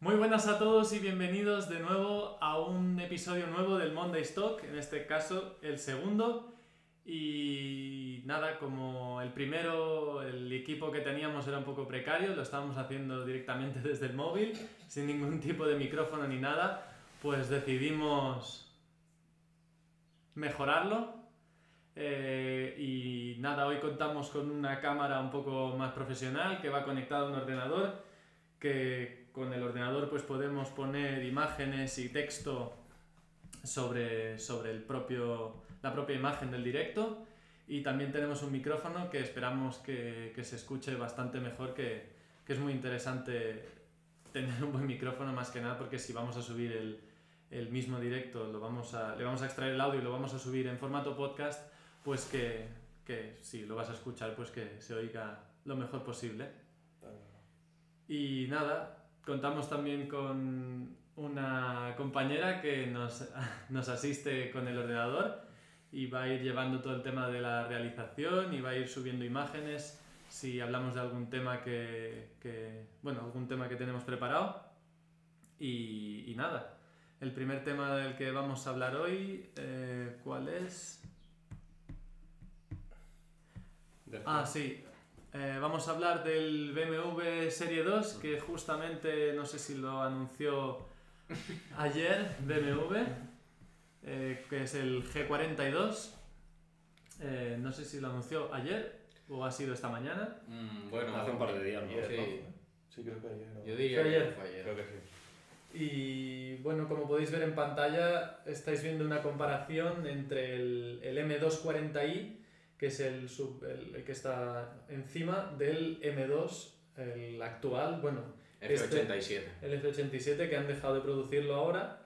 Muy buenas a todos y bienvenidos de nuevo a un episodio nuevo del Monday Stock, en este caso el segundo. Y nada, como el primero, el equipo que teníamos era un poco precario, lo estábamos haciendo directamente desde el móvil, sin ningún tipo de micrófono ni nada, pues decidimos mejorarlo. Eh, y nada, hoy contamos con una cámara un poco más profesional que va conectada a un ordenador que con el ordenador pues podemos poner imágenes y texto sobre, sobre el propio, la propia imagen del directo y también tenemos un micrófono que esperamos que, que se escuche bastante mejor, que, que, es muy interesante tener un buen micrófono más que nada porque si vamos a subir el, el, mismo directo, lo vamos a, le vamos a extraer el audio y lo vamos a subir en formato podcast, pues que, que si lo vas a escuchar pues que se oiga lo mejor posible. Y nada, contamos también con una compañera que nos, nos, asiste con el ordenador y va a ir llevando todo el tema de la realización y va a ir subiendo imágenes si hablamos de algún tema que, que bueno, algún tema que tenemos preparado. Y, y, nada, el primer tema del que vamos a hablar hoy, eh, ¿cuál es? Ah, sí, eh, vamos a hablar del BMW Serie 2, que justamente, no sé si lo anunció ayer BMW, eh, que es el G42. Eh, no sé si lo anunció ayer o ha sido esta mañana. Mm, bueno, hace un par de días, ¿no? Ayer, sí. sí. creo que ayer. ¿no? Yo diría ¿Fue ayer? que fue ayer. Creo que sí. Y bueno, como podéis ver en pantalla, estáis viendo una comparación entre el, el M240i que es el, sub, el, el, que está encima del M2, el actual, bueno. F87. Este, el F87 que han dejado de producirlo ahora.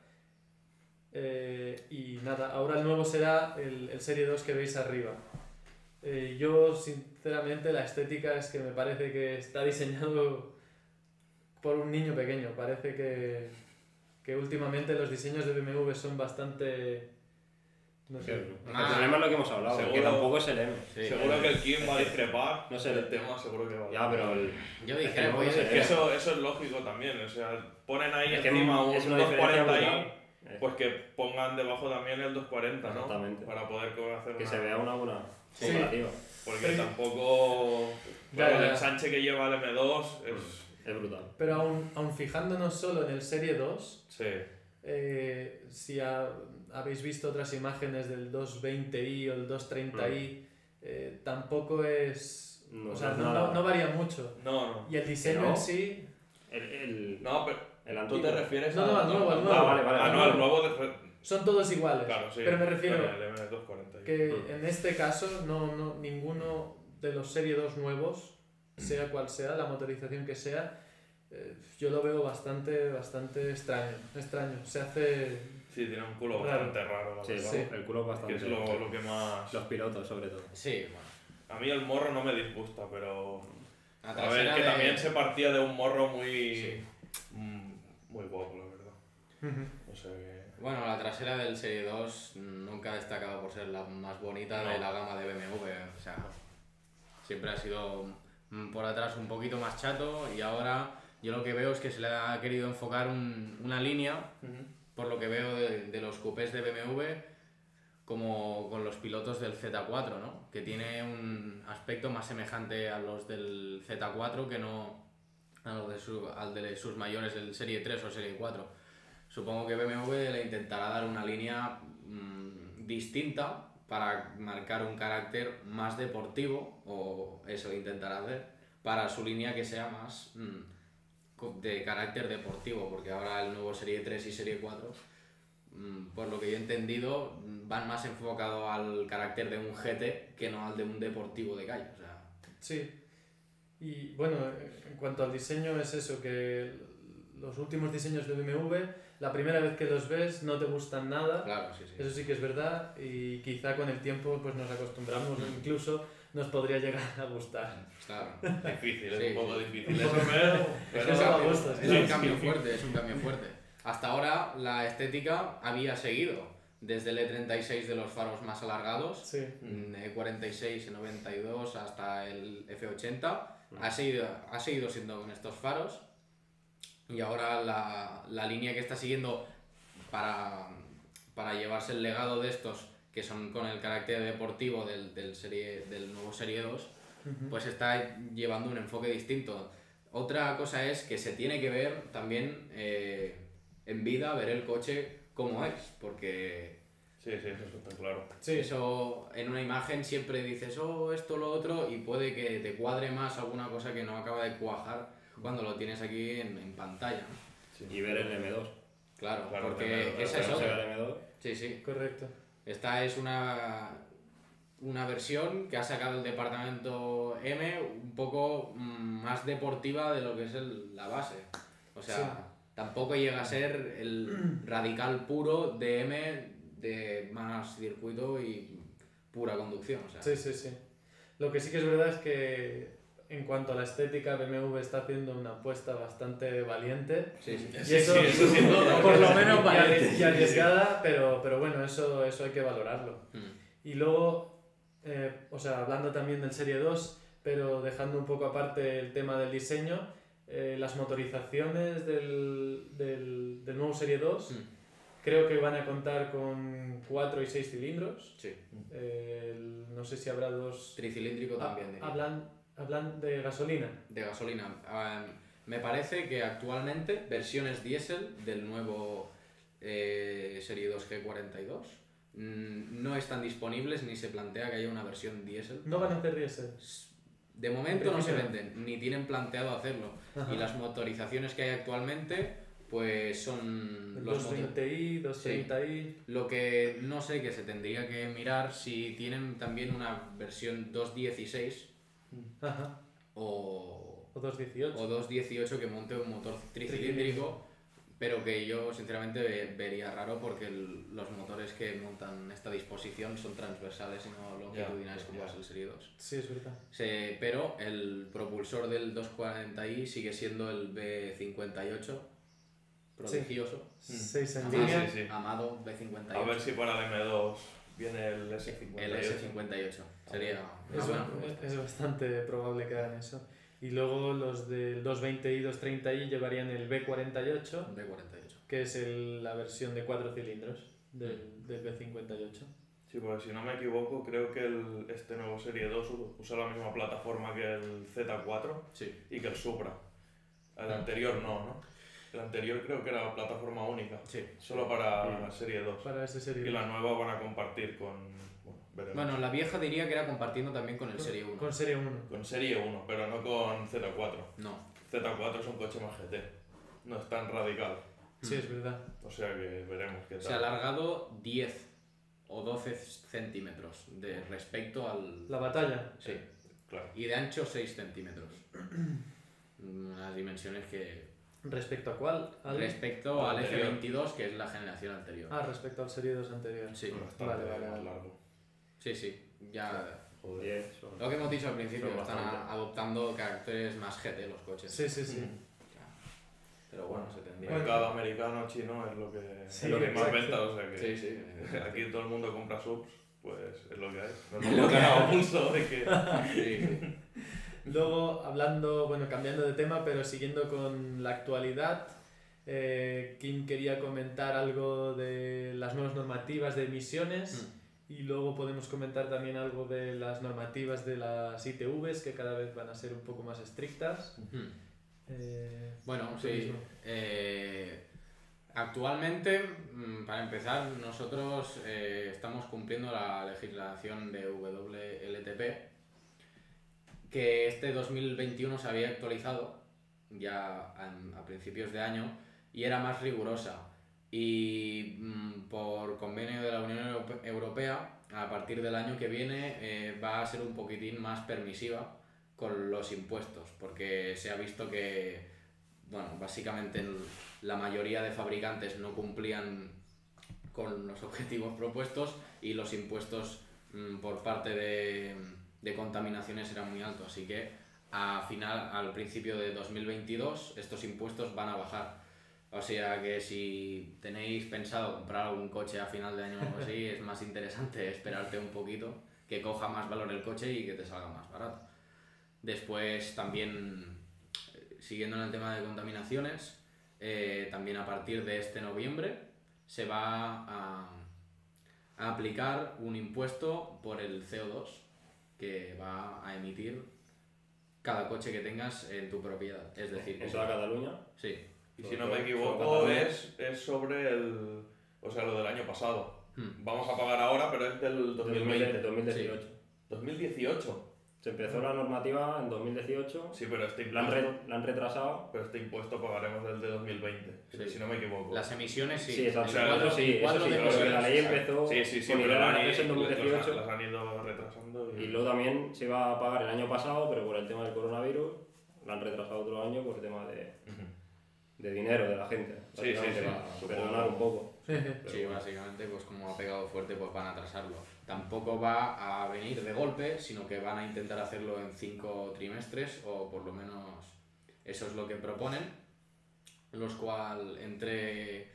Eh, y nada, ahora el nuevo será el, el Serie 2 que veis arriba. Eh, yo, sinceramente, la estética es que me parece que está diseñado por un niño pequeño. Parece que, que últimamente los diseños de BMW son bastante no sé. El ah, problema es lo que hemos hablado, seguro, que tampoco es el M. Sí, seguro que el Kim va a discrepar. No sé, el tema seguro que va a Ya, pero el. Yo dije, el es que eso, eso es lógico también. O sea, ponen ahí es encima un 240 ahí, pues que pongan debajo también el 240, ¿no? Exactamente. Para poder hacer Que una... se vea una buena comparativa. Sí. Porque sí. tampoco. Bueno, ya, ya. el ensanche que lleva el M2 es. Pues, Es brutal. Pero aún, aún fijándonos solo en el Serie 2. Sí. Eh, si ha, habéis visto otras imágenes del 220i o el 230i, eh, tampoco es. No, o sea, no, no, no, varía mucho. No, Y el diseño en sí. El, el, no, pero. El antiguo. ¿Tú te refieres no, a.? No, no, al nuevo, al nuevo. Ah, vale, vale. Ah, no, al nuevo. De... Son todos iguales. Claro, sí. Pero me refiero. Claro, el M240. Que mm. en este caso, no, no, ninguno de los Serie 2 nuevos, sea cual sea, la motorización que sea, eh, yo lo veo bastante, bastante extraño. Extraño. Se hace. Sí, tiene un culo raro. bastante raro. La sí, sí, el culo bastante. Que es lo, pues, lo, que más. Los pilotos, sobre todo. Sí, bueno. A mí el morro no me disgusta, pero. La a ver, que de... también se partía de un morro muy. Sí. Muy guapo, la verdad. o sea que. Bueno, la trasera del Serie 2 nunca ha destacado por ser la más bonita no. de la gama de BMW. O sea, siempre ha sido mm, por atrás un poquito más chato y ahora yo lo que veo es que se le ha querido enfocar un, una línea, uh -huh. por lo que veo de, de, los coupés de BMW, como con los pilotos del Z4, ¿no? Que tiene un aspecto más semejante a los del Z4 que no a los de su, al de sus mayores del Serie 3 o Serie 4. Supongo que BMW le intentará dar una línea mmm, distinta para marcar un carácter más deportivo, o eso intentará hacer, para su línea que sea más... Mmm, de carácter deportivo, porque ahora el nuevo Serie 3 y Serie 4, por lo que yo he entendido, mm, van más enfocados al carácter de un GT que no al de un deportivo de calle. O sea. Sí, y bueno, en cuanto al diseño es eso, que los últimos diseños de BMW, la primera vez que los ves no te gustan nada, claro, sí, sí. eso sí que es verdad, y quizá con el tiempo pues nos acostumbramos incluso nos podría llegar a gustar. Claro. Difícil, es sí, un poco sí. difícil. Es, pero, pero es, un, gusto, es un cambio fuerte, es un cambio fuerte. Hasta ahora la estética había seguido. Desde el E E36 de los faros más alargados, sí. Mm, eh, E46, E92 hasta el F80, ha, seguido, ha seguido siendo con estos faros. Y ahora la, la línea que está siguiendo para, para llevarse el legado de estos, que son con el carácter deportivo del, del, serie, del nuevo Serie 2, uh -huh. pues está llevando un enfoque distinto. Otra cosa es que se tiene que ver también eh, en vida, ver el coche como es, porque... Sí, sí, eso está claro. Sí. Eso en una imagen siempre dices, oh, esto, lo otro, y puede que te cuadre más alguna cosa que no acaba de cuajar cuando lo tienes aquí en, en pantalla. Sí. Y ver el M2. Claro, claro porque esa es otra. M2. Sí, sí. Correcto. Esta es una, una versión que ha sacado el departamento M un poco mm, más deportiva de lo que es el, la base. O sea, sí. tampoco llega a ser el radical puro de M de más circuito y pura conducción. O sea. Sí, sí, sí. Lo que sí que es verdad es que en cuanto a la estética, BMW está haciendo una apuesta bastante valiente. Sí, sí. Y eso, sí, eso sí, por lo menos valiente y arriesgada, pero, pero bueno, eso, eso hay que valorarlo. Mm. Y luego, eh, o sea, hablando también del Serie 2, pero dejando un poco aparte el tema del diseño, eh, las motorizaciones del, del, del, nuevo Serie 2 mm. creo que van a contar con 4 y 6 cilindros. Sí. Eh, el, no sé si habrá dos... Tricilíndrico también. Ah, hablan... Hablan de gasolina. De gasolina. Um, me parece que actualmente versiones diésel del nuevo eh, Serie 2G42 mmm, no están disponibles ni se plantea que haya una versión diésel. No van a hacer diésel. De momento no se venden, ni tienen planteado hacerlo. Ajá. Y las motorizaciones que hay actualmente pues son El los 220i, 230i. Sí. Lo que no sé que se tendría que mirar si tienen también una versión 216 Ajá. O, o 2.18. O 2.18 que monte un motor tricilíndrico, pero que yo sinceramente vería raro porque el, los motores que montan esta disposición son transversales y no longitudinales yeah, como yeah. es el Serie 2. Sí, es verdad. Se, pero el propulsor del 240i sigue siendo el B58. Prodigioso. Sí. Seis amado, Mm. Ah, sí, sí. amado B58. A ver si para el M2 viene el E S58. El S58. Sería es, pues. es, bastante probable que hagan eso. Y luego los del 220i, 230i llevarían el B48. B48. Que es el, la versión de cuatro cilindros Mm. del, del, B58. Sí, pues si no me equivoco, creo que el, este nuevo Serie 2 usa la misma plataforma que el Z4 sí. y que el Supra. El ah. anterior no, ¿no? El anterior creo que era plataforma única. Sí. Solo para sí. la serie 2. Para ese serie Y la nueva van a compartir con. Bueno, veremos. bueno, la vieja diría que era compartiendo también con el con, Serie Mm. 1. Con Serie 1. Con Serie 1, pero no con Z4. No. Z4 es un coche más GT. No es tan radical. Sí, es verdad. O sea que veremos qué tal. Se ha alargado 10 o 12 centímetros de respecto al. La batalla. Sí. Claro. Y de ancho 6 centímetros. Unas dimensiones que ¿Respecto a cuál? ¿Al... Respecto al F22, que es la generación anterior. Ah, respecto al Serie 2 anterior. Sí, vale, vale, vale. Largo. Sí, sí. Ya. Joder, son... Lo que hemos dicho al principio, son están bastante. adoptando caracteres más GT los coches. Sí, sí, Mm. sí. Pero bueno, se tendría. El mercado americano, chino es lo que, sí, es lo que exacto. más venta, o sea que. eh, Sí, sí. Aquí todo el mundo compra subs, pues es lo que hay. No es lo que hay. gusto de que. sí. Luego, hablando, bueno, cambiando de tema, pero siguiendo con la actualidad, eh, Kim quería comentar algo de las nuevas normativas de emisiones mm. y luego podemos comentar también algo de las normativas de las ITVs que cada vez van a ser un poco más estrictas. Mm. Eh, bueno, sí. Eh, actualmente, mm, para empezar, nosotros eh, estamos cumpliendo la legislación de WLTP que este 2021 se había actualizado ya a, a, principios de año y era más rigurosa. Y mmm, por convenio de la Unión Europea, a partir del año que viene eh, va a ser un poquitín más permisiva con los impuestos, porque se ha visto que, bueno, básicamente la mayoría de fabricantes no cumplían con los objetivos propuestos y los impuestos mmm, por parte de de contaminaciones era muy alto, así que a final, al principio de 2022 estos impuestos van a bajar. O sea que si tenéis pensado comprar algún coche a final de año o así, es más interesante esperarte un poquito, que coja más valor el coche y que te salga más barato. eh, Después también, siguiendo en el tema de contaminaciones, eh, también a partir de este noviembre se va a, a aplicar un impuesto por el CO2 que va a emitir cada coche que tengas en tu propiedad. Es decir, ¿En toda Cataluña? Sí. Y si no me equivoco, es, es sobre el. O sea, lo del año pasado. Hmm. Vamos a pagar ahora, pero es del 2020. 2018. Sí. 2018. Se empezó la normativa en 2018. Sí, pero este impuesto, la, han re, la han retrasado. Pero este impuesto pagaremos desde 2020, sí. si no me equivoco. Las emisiones sí. Sí, exacto. Sea, cuatro, sí, cuatro, eso sí, porque la ley empezó sí, sí, sí, con pero la ley, en 2018. Las han ido retrasando. Y... y... luego también se iba a pagar el año pasado, pero por el tema del coronavirus la han retrasado otro año por el tema de, uh -huh. de dinero de la gente. Sí, sí, sí. perdonar un poco. sí, bueno. básicamente, pues como ha pegado fuerte, pues van a atrasarlo tampoco va a venir de golpe, sino que van a intentar hacerlo en cinco trimestres, o por lo menos eso es lo que proponen, los, cual entre,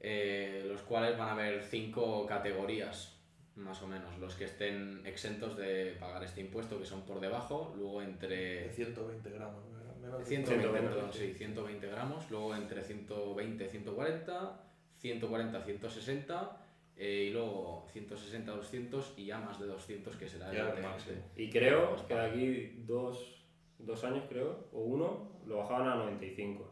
eh, los cuales van a haber cinco categorías, más o menos, los que estén exentos de pagar este impuesto, que son por debajo, luego entre... De 120 gramos, menos de 120, 120, perdón, sí, 120 gramos, luego entre 120, 140, 140, 160... Eh, y luego 160, 200 y ya más de 200 que será ya el máximo. Y creo que de aquí dos, dos, años, creo, o uno, lo bajaban a 95.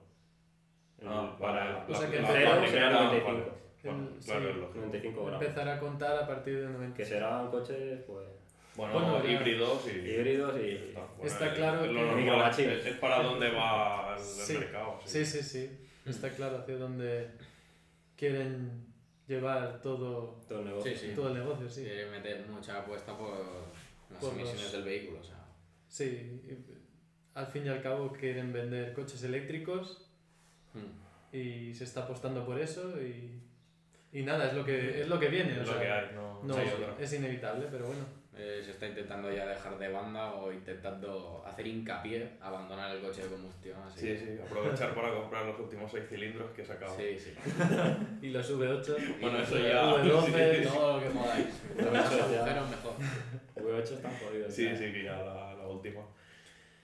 Ah, para, el, o sea que el cero será 95. Para, bueno, sí, claro, es lógico. 95 gramos. Empezar a contar a partir del 95. Que serán coches, pues... Bueno, bueno híbridos y... Híbridos y... Está, bueno, está el, claro que... Es, es, para dónde va el sí, mercado. Sí. sí, sí, sí. Está claro hacia dónde quieren llevar todo, todo el negocio. Sí, sí. Todo el negocio, sí. Quiere meter mucha apuesta por las por emisiones los... del vehículo. O sea. Sí, eh, al fin y al cabo quieren vender coches eléctricos hmm. y se está apostando por eso y, y nada, es lo que, es lo que viene. Es o lo sea, que hay, no, no es, es inevitable, pero bueno. Eh, se está intentando ya dejar de banda o intentando hacer hincapié, abandonar el coche de combustión. Así sí, sí, aprovechar para comprar los últimos 6 cilindros que sacamos. Sí, sí. y los V8. Bueno, eso V12, ya. V12, sí, sí. todo lo que podáis. V8 agujeros mejor. V8 están jodidos. Sí, ya. sí, que ya la, la, última.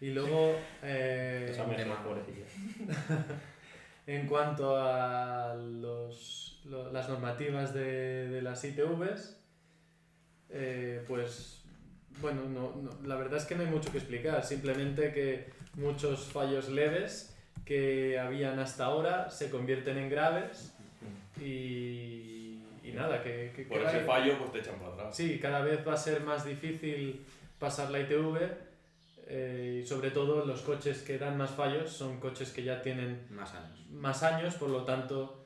Y luego. Eh, Esa me tema. en cuanto a los, lo, las normativas de, de las ITVs. Eh, pues bueno, no, no, la verdad es que no hay mucho que explicar, simplemente que muchos fallos leves que habían hasta ahora se convierten en graves y, y nada, que, que por cada ese vez, fallo pues te echan para atrás. Sí, cada vez va a ser más difícil pasar la ITV. Eh, y sobre todo los coches que dan más fallos son coches que ya tienen más años, más años por lo tanto,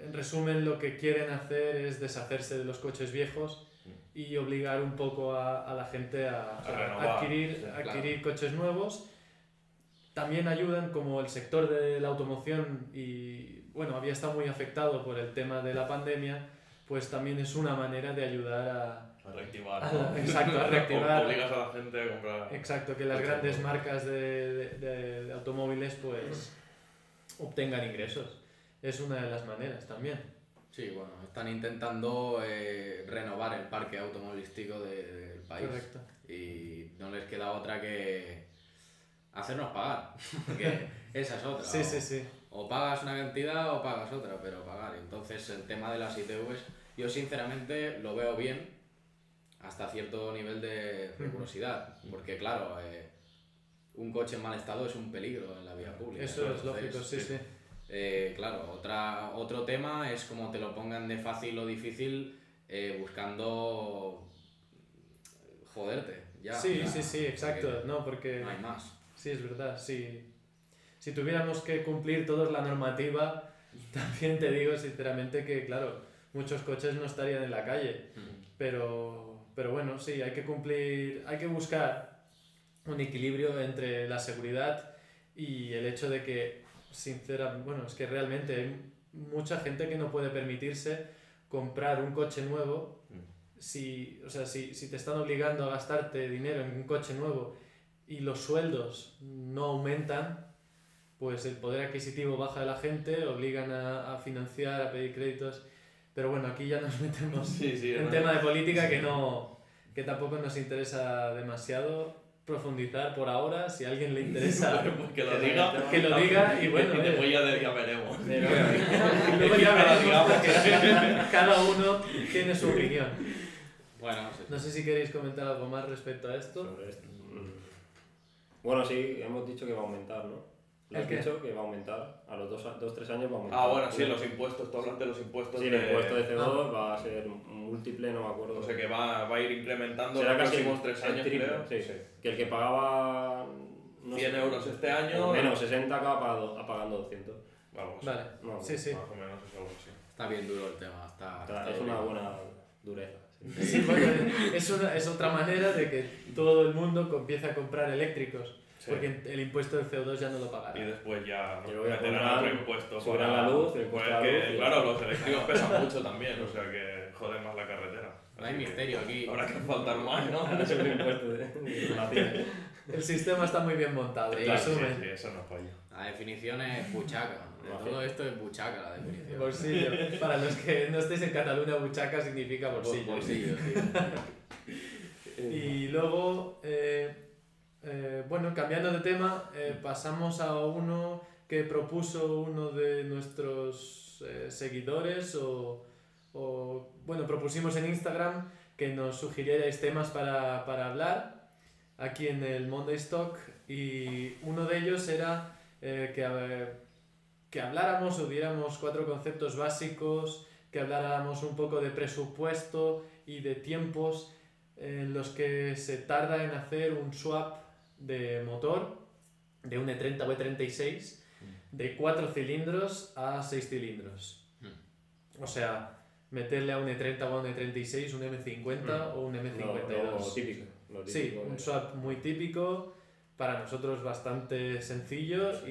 en resumen, lo que quieren hacer es deshacerse de los coches viejos y obligar un poco a, a la gente Mm. a, a renovar, adquirir, sí, claro. adquirir coches nuevos. También ayudan como el sector de la automoción y bueno, había estado muy afectado por el tema de la pandemia, pues también es una manera de ayudar a... a reactivar. ¿no? Ah, Exacto, a reactivar. Obligas a la gente a comprar. Exacto, que las grandes nuevo. marcas de, de, de, automóviles pues obtengan ingresos. Es una de las maneras también. Sí, bueno, están intentando eh, renovar el parque automovilístico de, del país. Correcto. Y no les queda otra que hacernos pagar. Porque esa es otra. Sí, o, sí, sí. O pagas una cantidad o pagas otra, pero pagar. Entonces, el tema de las ITVs, yo sinceramente lo veo bien hasta cierto nivel de rigurosidad. Porque, claro, eh, un coche en mal estado es un peligro en la vía pública. Eso Entonces, es lógico, sí. sí. sí. Eh, claro, otra, otro tema es como te lo pongan de fácil o difícil eh, buscando joderte. Ya, sí, ya, sí, sí, exacto. Porque no, porque... No hay más. Sí, es verdad. Sí. Si tuviéramos que cumplir todos la normativa, también te digo sinceramente que, claro, muchos coches no estarían en la calle. Uh -huh. pero, pero bueno, sí, hay que cumplir, hay que buscar un equilibrio entre la seguridad y el hecho de que sinceramente, bueno, es que realmente hay mucha gente que no puede permitirse comprar un coche nuevo. Si, o sea, si, si, te están obligando a gastarte dinero en un coche nuevo y los sueldos no aumentan, pues el poder adquisitivo baja de la gente, obligan a, a financiar, a pedir créditos. Pero bueno, aquí ya nos metemos sí, sí, en no. tema de política sí. que, no, que tampoco nos interesa demasiado profundizar por ahora, si a alguien le interesa Pues que lo diga. que lo diga y bueno, Y eh. después ya, de- ya veremos. Y luego ya veremos, porque cada uno tiene su opinión. Bueno, sí. No sé si queréis comentar algo más respecto a esto. sobre esto. Mm. Bueno, sí, hemos dicho que va a aumentar, ¿no? Lo ¿El has qué? dicho que va a aumentar. A los dos, a- dos tres años va a aumentar. Ah, bueno, sí, los impuestos, tú hablas de los impuestos. Sí, el de- impuesto de Ah. CO2 va a ser múltiple, no me acuerdo. O sea que va, va a ir incrementando Será los casi próximos tres el años, triple, creo. Sí, Que el que pagaba. No 100 sé, euros este año. o Menos 60 acaba pagado- pagando 200. Algo así. Vale, No, sí, sí. Más o menos es algo así. Está bien duro el tema. Está, O sea, está es una duro. buena dureza. sí. Sí, bueno, es, una- es otra manera de que todo el mundo empiece a comprar eléctricos, Sí. porque el impuesto del CO2 ya no lo Y pagará. después ya Y luego ya meterán pondrán- otro impuesto. subirán para- la luz, el impuesto Pues a la que, luz y- claro, los eléctricos pesan mucho también, o sea que joden más la carretera. No hay Así que misterio aquí. Habrá que faltar más, ¿no? Es un impuesto de- de la tierra. El sistema está muy bien montado, en Claro, sí, resumen. sí, eso no falla. La definición es buchaca. De Vale. todo esto es buchaca la definición. Bolsillo. Para los que no estéis en Cataluña, buchaca significa Bolsillo. bolsillo. Bolsillo, sí. Eh, Y luego, eh, eh, bueno, cambiando de tema, eh, pasamos a uno que propuso uno de nuestros eh, seguidores o, o, bueno, propusimos en Instagram que nos sugirierais temas para, para hablar aquí en el Monday Stock y uno de ellos era eh, que, eh, que habláramos o diéramos cuatro conceptos básicos, que habláramos un poco de presupuesto y de tiempos en los que se tarda en hacer un swap de motor de un E30 o E E36 Mm. de 4 cilindros a 6 cilindros. Mm. O sea, meterle a un E30 o a un E E36 un M50 o un M52. Mm. Lo, lo típico. lo Sí, típico de- un swap muy típico, para nosotros bastante sencillo y,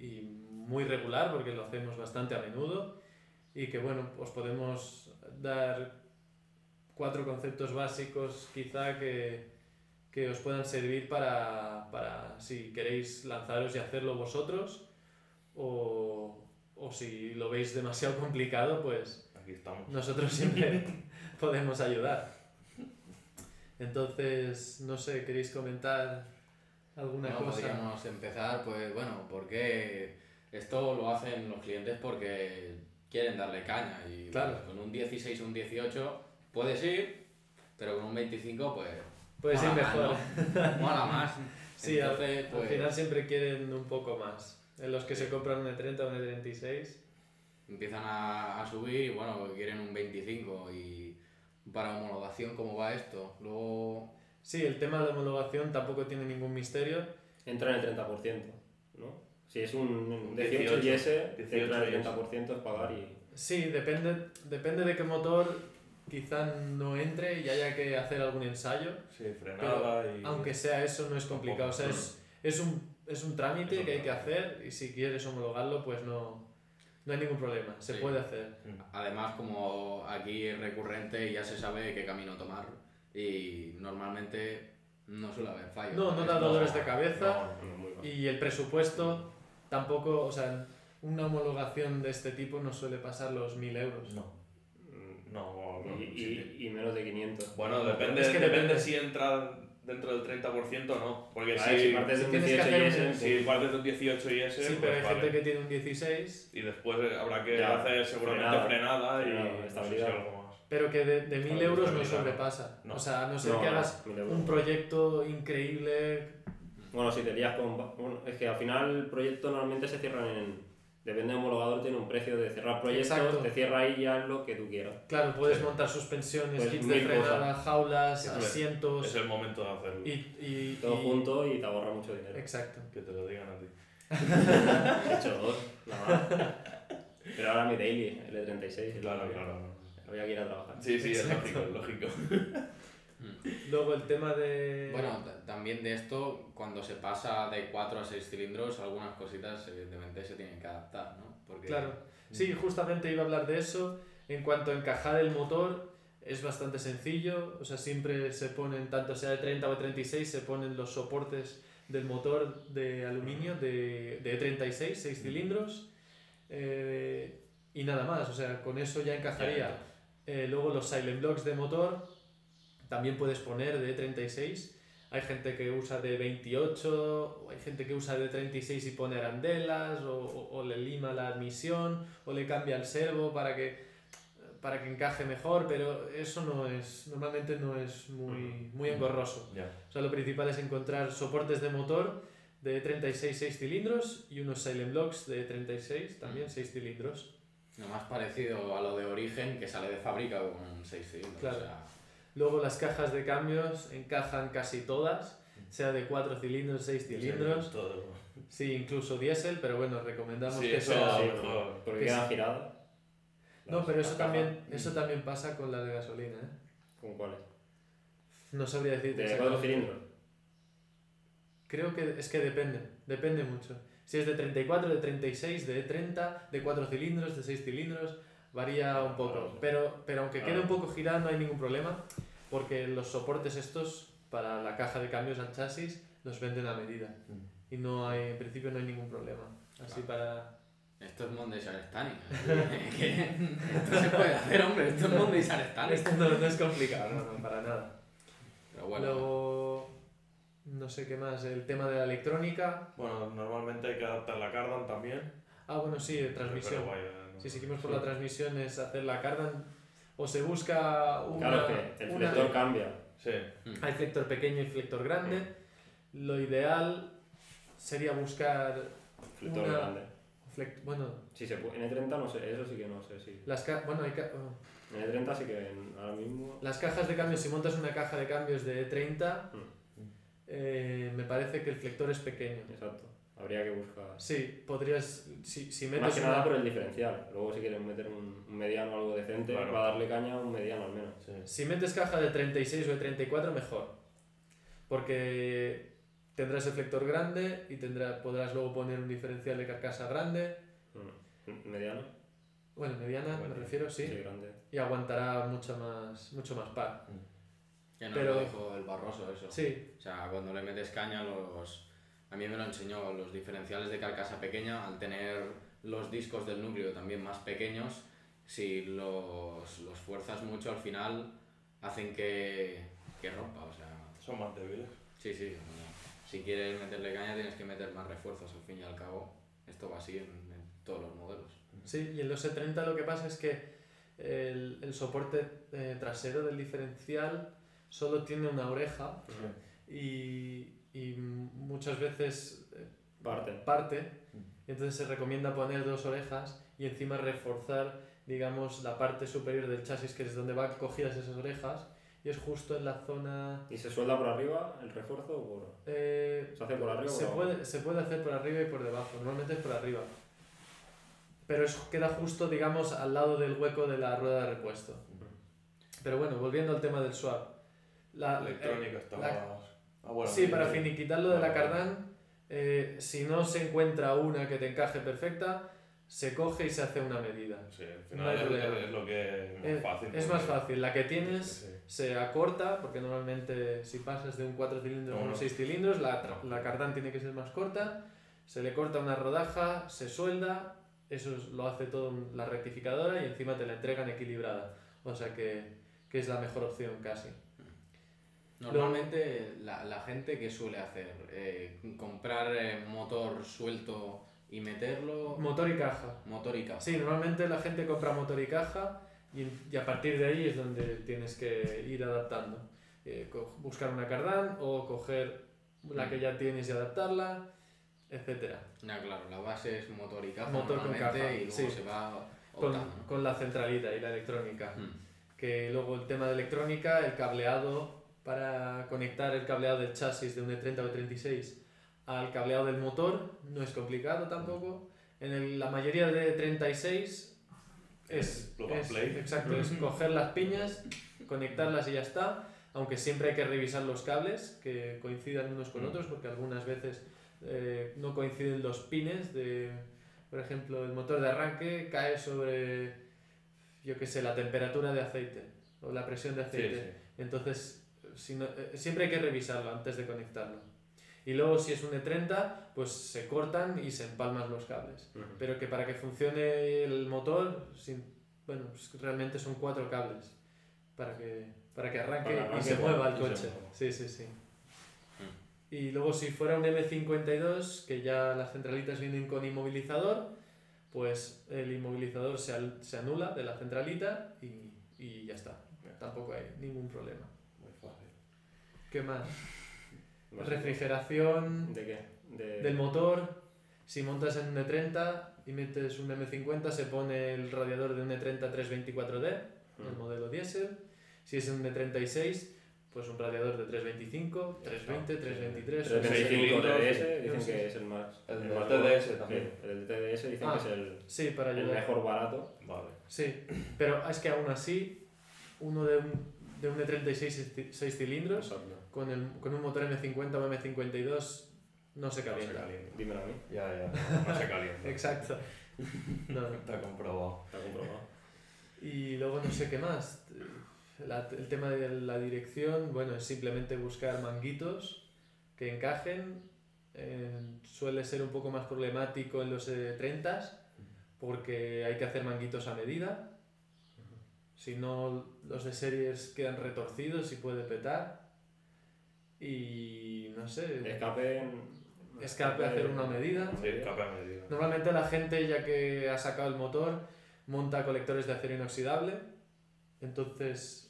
y muy regular porque lo hacemos bastante a menudo y que bueno, os podemos dar cuatro conceptos básicos quizá que, que os puedan servir para, para si queréis lanzaros y hacerlo vosotros o, o si lo veis demasiado complicado pues Aquí estamos. nosotros siempre podemos ayudar. Entonces, no sé, ¿queréis comentar alguna Bueno, cosa? podríamos empezar, pues bueno, porque esto lo hacen los clientes porque quieren darle caña y Claro. pues, con un 16 o un 18 puedes ir, pero con un 25 pues... Puedes ir mola mejor. Más, ¿no? Mola más. Sí, al- Entonces, al, pues, final siempre quieren un poco más. En los que se compran un E30 o un E E36. empiezan a, a subir y bueno, quieren un 25 y para homologación, ¿cómo va esto? Luego... Sí, el tema de la homologación tampoco tiene ningún misterio. entra en el 30%, ¿no? Si es un 18, 18 y ese, 18 entra en el IS. 30% es pagar y... Sí, depende, depende de qué motor quizá no entre y haya que hacer algún ensayo. Sí, frenada y. Aunque sea eso, no es complicado. O sea, es, es, un, es un trámite Es un que hay que trámite. hacer y si quieres homologarlo, pues no, no hay ningún problema. Se Sí. puede hacer. Además, como aquí es recurrente, ya se sabe qué camino tomar y normalmente no suele haber fallos. No, no da Esto- dolores de cabeza No, no, muy bajo. y el presupuesto tampoco, o sea, una homologación de este tipo no suele pasar los 1000 euros. No. Mm, No, no, y, sí. y- y menos de 500. Bueno, depende, Es que depende, depende. si entra dentro del 30% o no. Porque Ah, si, si partes de un tienes que 18 hacer y ese, un- si partes de un 18 y ese. Sí, pues pero hay vale. gente que tiene un 16, Y después eh, habrá que Ya, hacer seguramente frenada, frenada, y no sé si estabilidad. algo más. pero que de, de 1000 Claro, euros no estabilidad, sobrepasa. no. O sea, a no ser No, que no, hagas 1000 euros. un proyecto increíble. Bueno, si te lías con... ba- Bueno, es que al final el proyecto normalmente se cierran en... Depende del homologador, tiene un precio de cerrar proyectos, Exacto. te cierra ahí ya lo que tú quieras. Claro, puedes montar suspensiones, Pues kits de mil cosas. frenada, jaulas, Sí, hombre, asientos. Es el momento de hacerlo. Pues Y, y- Todo y- junto y te ahorra mucho dinero. Exacto. Que te lo digan a ti. He hecho dos, nada más. Pero ahora mi daily, el de 36. Claro, claro. Había que ir a trabajar. Sí, sí, es Exacto. lógico, es lógico. Luego el tema de... Bueno, ta- también de esto, cuando se pasa de 4 a 6 cilindros, algunas cositas evidentemente se tienen que adaptar, ¿no? Porque Claro. Sí, justamente iba a hablar de eso. En cuanto a encajar el motor, es bastante sencillo. O sea, siempre se ponen, tanto sea de 30 o de 36, se ponen los soportes del motor de aluminio de, de 36, 6 cilindros. Eh, y nada más, o sea, con eso ya encajaría. Eh, luego los silent blocks de motor también puedes poner de 36. hay gente que usa de 28, o hay gente que usa de 36 y pone arandelas, o, o, o le lima la admisión, o le cambia el servo para que, para que encaje mejor, pero eso no es, normalmente no es muy, muy engorroso. Ya. O sea, lo principal es encontrar soportes de motor de 36 6 cilindros y unos silent blocks de 36 también 6 cilindros. Lo más parecido a lo de origen que sale de fábrica con 6 cilindros. Claro. o sea, Luego las cajas de cambios encajan casi todas, sea de 4 cilindros, 6 cilindros, Todo. sí, incluso diésel, pero bueno, recomendamos Sí, que eso sea... sí. Claro, mejor. Porque Que quedan sí. giradas. No, Las- pero las eso cajas. también, eso también pasa con las de gasolina, ¿eh? ¿Con cuáles? No sabría decirte. De cuatro exactamente. cilindros. Creo que es que depende, depende mucho. Si es de 34, de 36, de 30, de 4 cilindros, de 6 cilindros, varía un Claro, poco. sí. Pero, pero aunque quede Claro. un poco girada no hay ningún problema, porque los soportes estos para la caja de cambios al chasis los venden a medida. Y no hay, en principio no hay ningún problema. Así para... Esto es Monday Standing. Esto se puede hacer, hombre. Esto es Monday Standing. Esto no, no es complicado, no, no, para nada. Pero bueno, Luego, no sé qué más, el tema de la electrónica. Bueno, normalmente hay que adaptar la cardan también. Ah, bueno, sí, de transmisión. Pero eh, vaya, no- Si seguimos por la transmisión es hacer la cardan o se busca una, Claro, es que el una- flector cambia. Sí. hay flector pequeño y flector grande. Lo ideal sería buscar Flector Una- grande. flec- bueno, Sí, se puede. En E30 no sé, eso sí que no sé. Sí. las ca- bueno, hay ca- oh. En E30 sí que en- ahora mismo. las cajas de cambios si montas una caja de cambios de 30 Mm. eh, me parece que el flector es pequeño. Exacto. Habría que buscar. Sí, podrías si, si metes Más que una- nada por el diferencial. Luego, si quieres meter un, un mediano algo decente, Claro. para darle caña, un mediano al menos. sí. Si metes caja de 36 o de 34, mejor. Porque tendrás el flector grande y tendrá, podrás luego poner un diferencial de carcasa grande. Mm. ¿Mediano? Bueno, mediana, Bueno, me refiero, sí. grande. Y aguantará mucho más, mucho más par. ya nos pero- lo dijo el Barroso eso. Sí, O sea, cuando le metes caña, los... a mí me lo enseñó, los diferenciales de carcasa pequeña, al tener los discos del núcleo también más pequeños, si los, los fuerzas mucho al final, hacen que, que rompa. O sea, Son más débiles. sí, sí. no. Si quieres meterle caña, tienes que meter más refuerzos al fin y al cabo. Esto va así en, en todos los modelos. sí. Y en los 70 lo que pasa es que el, el soporte eh, trasero del diferencial solo tiene una oreja y, y muchas veces eh, Parte. parte, y entonces se recomienda poner dos orejas y encima reforzar, digamos, la parte superior del chasis, que es donde van cogidas esas orejas, y es justo en la zona... ¿Y se suelda por arriba el refuerzo o por.? eh, ¿Se hace por arriba se o por abajo? puede, se puede hacer por arriba y por debajo, normalmente es por arriba. Pero es, queda justo, digamos, al lado del hueco de la rueda de repuesto. Pero bueno, volviendo al tema del swap. La, eh, Electrónica está la- más- Ah, bueno, Sí, para finiquitar lo de la Vale, vale. cardán, eh, si no se encuentra una que te encaje perfecta, se coge y se hace una medida. Sí, al No hay final es, problema. es lo que es más Es, fácil. es más fácil, la que tienes Sí, sí. se acorta, porque normalmente si pasas de un 4 cilindros a No, un no. 6 cilindros, la, tra- la cardán tiene que ser más corta, se le corta una rodaja, se suelda, eso es- lo hace todo la rectificadora y encima te la entregan equilibrada. O sea que, que es la mejor opción casi. Normalmente la, la gente que suele hacer, Eh, comprar eh, motor suelto y meterlo, Motor y caja. motor y caja. Sí, normalmente la gente compra motor y caja y, y a partir de ahí es donde tienes que ir adaptando. Eh, co- buscar una cardán o coger la que ya tienes y adaptarla, etcétera. Ya, claro, la base es motor y caja Motor con normalmente caja, y luego sí. se va Con, optando. con la centralita y la electrónica. Mm. Que luego el tema de electrónica, el cableado para conectar el cableado del chasis de un E30 o E E36 al cableado del motor no es complicado tampoco. En el- la mayoría de E E36 es, Plug and es- play. exacto, es coger las piñas, conectarlas y ya está. Aunque siempre hay que revisar los cables que coincidan unos con Mm. otros porque algunas veces eh, no coinciden los pines de, por ejemplo, el motor de arranque cae sobre, yo qué sé, la temperatura de aceite o la presión de Sí, aceite. sí. Entonces, si no- eh, siempre hay que revisarlo antes de conectarlo. Y luego, si es un E30, pues se cortan y se empalman los cables. Ujú. Pero que para que funcione el motor, sin, bueno, pues realmente son cuatro cables para que, para que arranque, Para que y arranque se mueva el y se coche. mueva. Sí, sí, sí. Y luego si fuera un M52, que ya las centralitas vienen con inmovilizador, pues el inmovilizador se, al- se anula de la centralita y, y ya está. Tampoco hay ningún problema. Muy fácil. ¿Qué más? No sé. Refrigeración ¿De qué? De... del motor. Si montas en un E30 y metes un M50, se pone el radiador de un E E30 324D, el Mm. modelo diésel. Si es un E E36, pues un radiador de 325, 320, 323. Tres 325 cilindros, TDS dicen sí. que es el más. El del más TDS bueno. también. Sí, el del TDS dicen Ah. que es el, Sí, para el ayudar. mejor barato. Vale. Sí, pero es que aún así, uno de un, de un E E36 6 cilindros Exacto. con, el- con un motor M50 o M52 no se No se calienta. calienta. Dímelo a mí, Ya, ya. No se calienta. Exacto. No, no. Está comprobado. está comprobado. Y luego no sé qué más. La- el tema de la dirección, bueno, es simplemente buscar manguitos que encajen. Eh, suele ser un poco más problemático en los eh, 30 porque hay que hacer manguitos a medida. Si no, los de series quedan retorcidos y puede petar. Y no sé, Escape. Escape, hacer una medida. Sí, escape a medida. Normalmente la gente, ya que ha sacado el motor, monta colectores de acero inoxidable. Entonces,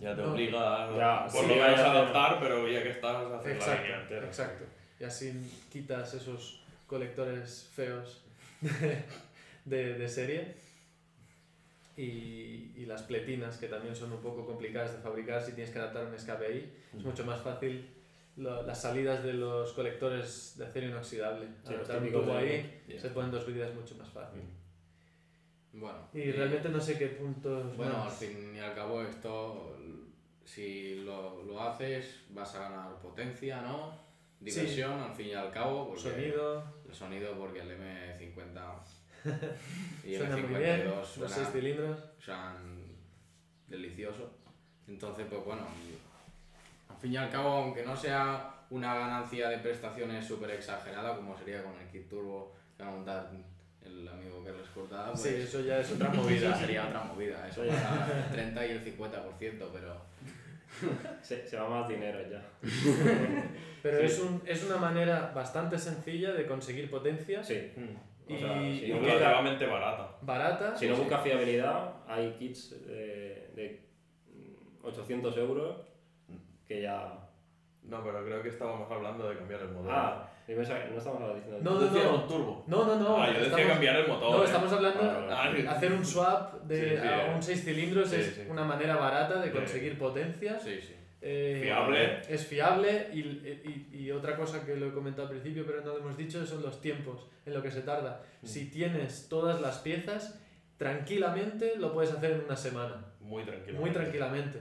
Ya te No. obliga a Ya, por sí, lo ya, menos ya, a ya. adaptar, pero ya que estás, haces la línea exacto, entera. exacto. Y así quitas esos colectores feos de, de serie. Y, y las pletinas, que también son un poco complicadas de fabricar si tienes que adaptar un escape ahí. Es mucho más fácil lo- las salidas de los colectores de acero inoxidable. los Adaptar un típicos tubo de- ahí, Ya. se ponen dos vidas mucho más fácil. Bueno. Y realmente pues, no sé qué puntos. Bueno, al más. fin y al cabo esto, si lo, lo haces, vas a ganar potencia, ¿no? Diversión, al fin y al cabo. porque- Sonido, El sonido porque el M50 y el suena muy bien, M52 los suena- seis cilindros. suenan delicioso. Entonces, pues bueno, al fin y al cabo, aunque no sea una ganancia de prestaciones súper exagerada, como sería con el kit turbo que va a montar el amigo que les cortaba, pues Sí, eso ya es otra otra movida. movida, sería otra movida, eso para el 30 y el 50%, pero Se, se va más dinero ya. Pero Sí. es, un, es una manera bastante sencilla de conseguir potencia, Sí. Mm. O sea, Y- si Y no busca- buscas, relativamente barata. barata. si no sí. buscas fiabilidad, hay kits de, de 800 euros que ya. No, pero creo que estábamos hablando de cambiar el modelo. Ah, yo pensaba que no estamos diciendo. No, Tú no, decías no. un turbo. No, no, no. ah, yo decía cambiar el motor. no, eh. estamos hablando Ah, vale, Ah, de hacer un swap de Sí, sí, a eh. un 6 cilindros Sí, es sí. una manera barata de Sí. conseguir potencia. sí, sí. eh, Fiable. Es fiable y, y- y otra cosa que lo he comentado al principio pero no lo hemos dicho son los tiempos en lo que se tarda. Mm. Si tienes todas las piezas, tranquilamente lo puedes hacer en una semana. Muy tranquilo. Muy tranquilamente.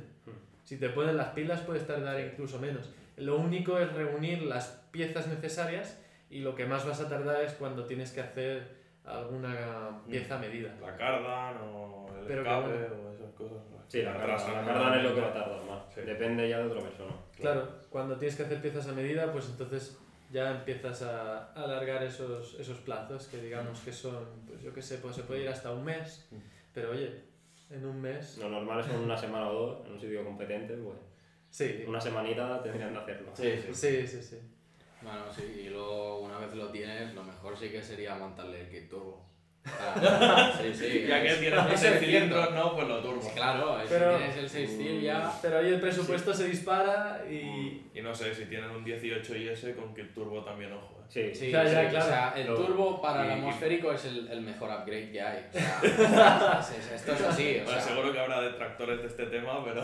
Si te ponen las pilas puedes tardar incluso menos. Lo único es reunir las piezas necesarias y lo que más vas a tardar es cuando tienes que hacer alguna pieza a medida. La cardan o el Pero que escape o esas cosas. ¿no? Sí, la Atrasan cardan, la nada. cardan es lo que va a tardar más. Sí. Depende ya de otra persona. Claro, cuando tienes que hacer piezas a medida, pues entonces ya empiezas a a alargar esos, esos plazos que digamos que son, pues yo qué sé, pues se puede ir hasta un mes, pero oye, en un mes... Lo normal es una semana o dos en un sitio competente, pues. Sí, Una semanita tendrían de hacerlo. Sí, sí. sí, sí, sí. Bueno, sí, y luego una vez lo tienes, lo mejor sí que sería montarle el kit turbo. Para- sí, sí, Ya que es- tienes es los seis el ciento. cilindros, no, pues lo turbo. Claro, si Pero- tienes el 6 cil ya. Pero ahí el presupuesto se dispara y, Y no sé, si tienen un 18 IS con que el turbo también, ojo. eh. Sí, Sí, Ya, sí, ya, o claro. sea, el Lo- turbo para y- el atmosférico es el, el mejor upgrade que hay. O sea, es- es- esto es así, o Bueno, sea, seguro que habrá detractores de este tema, pero.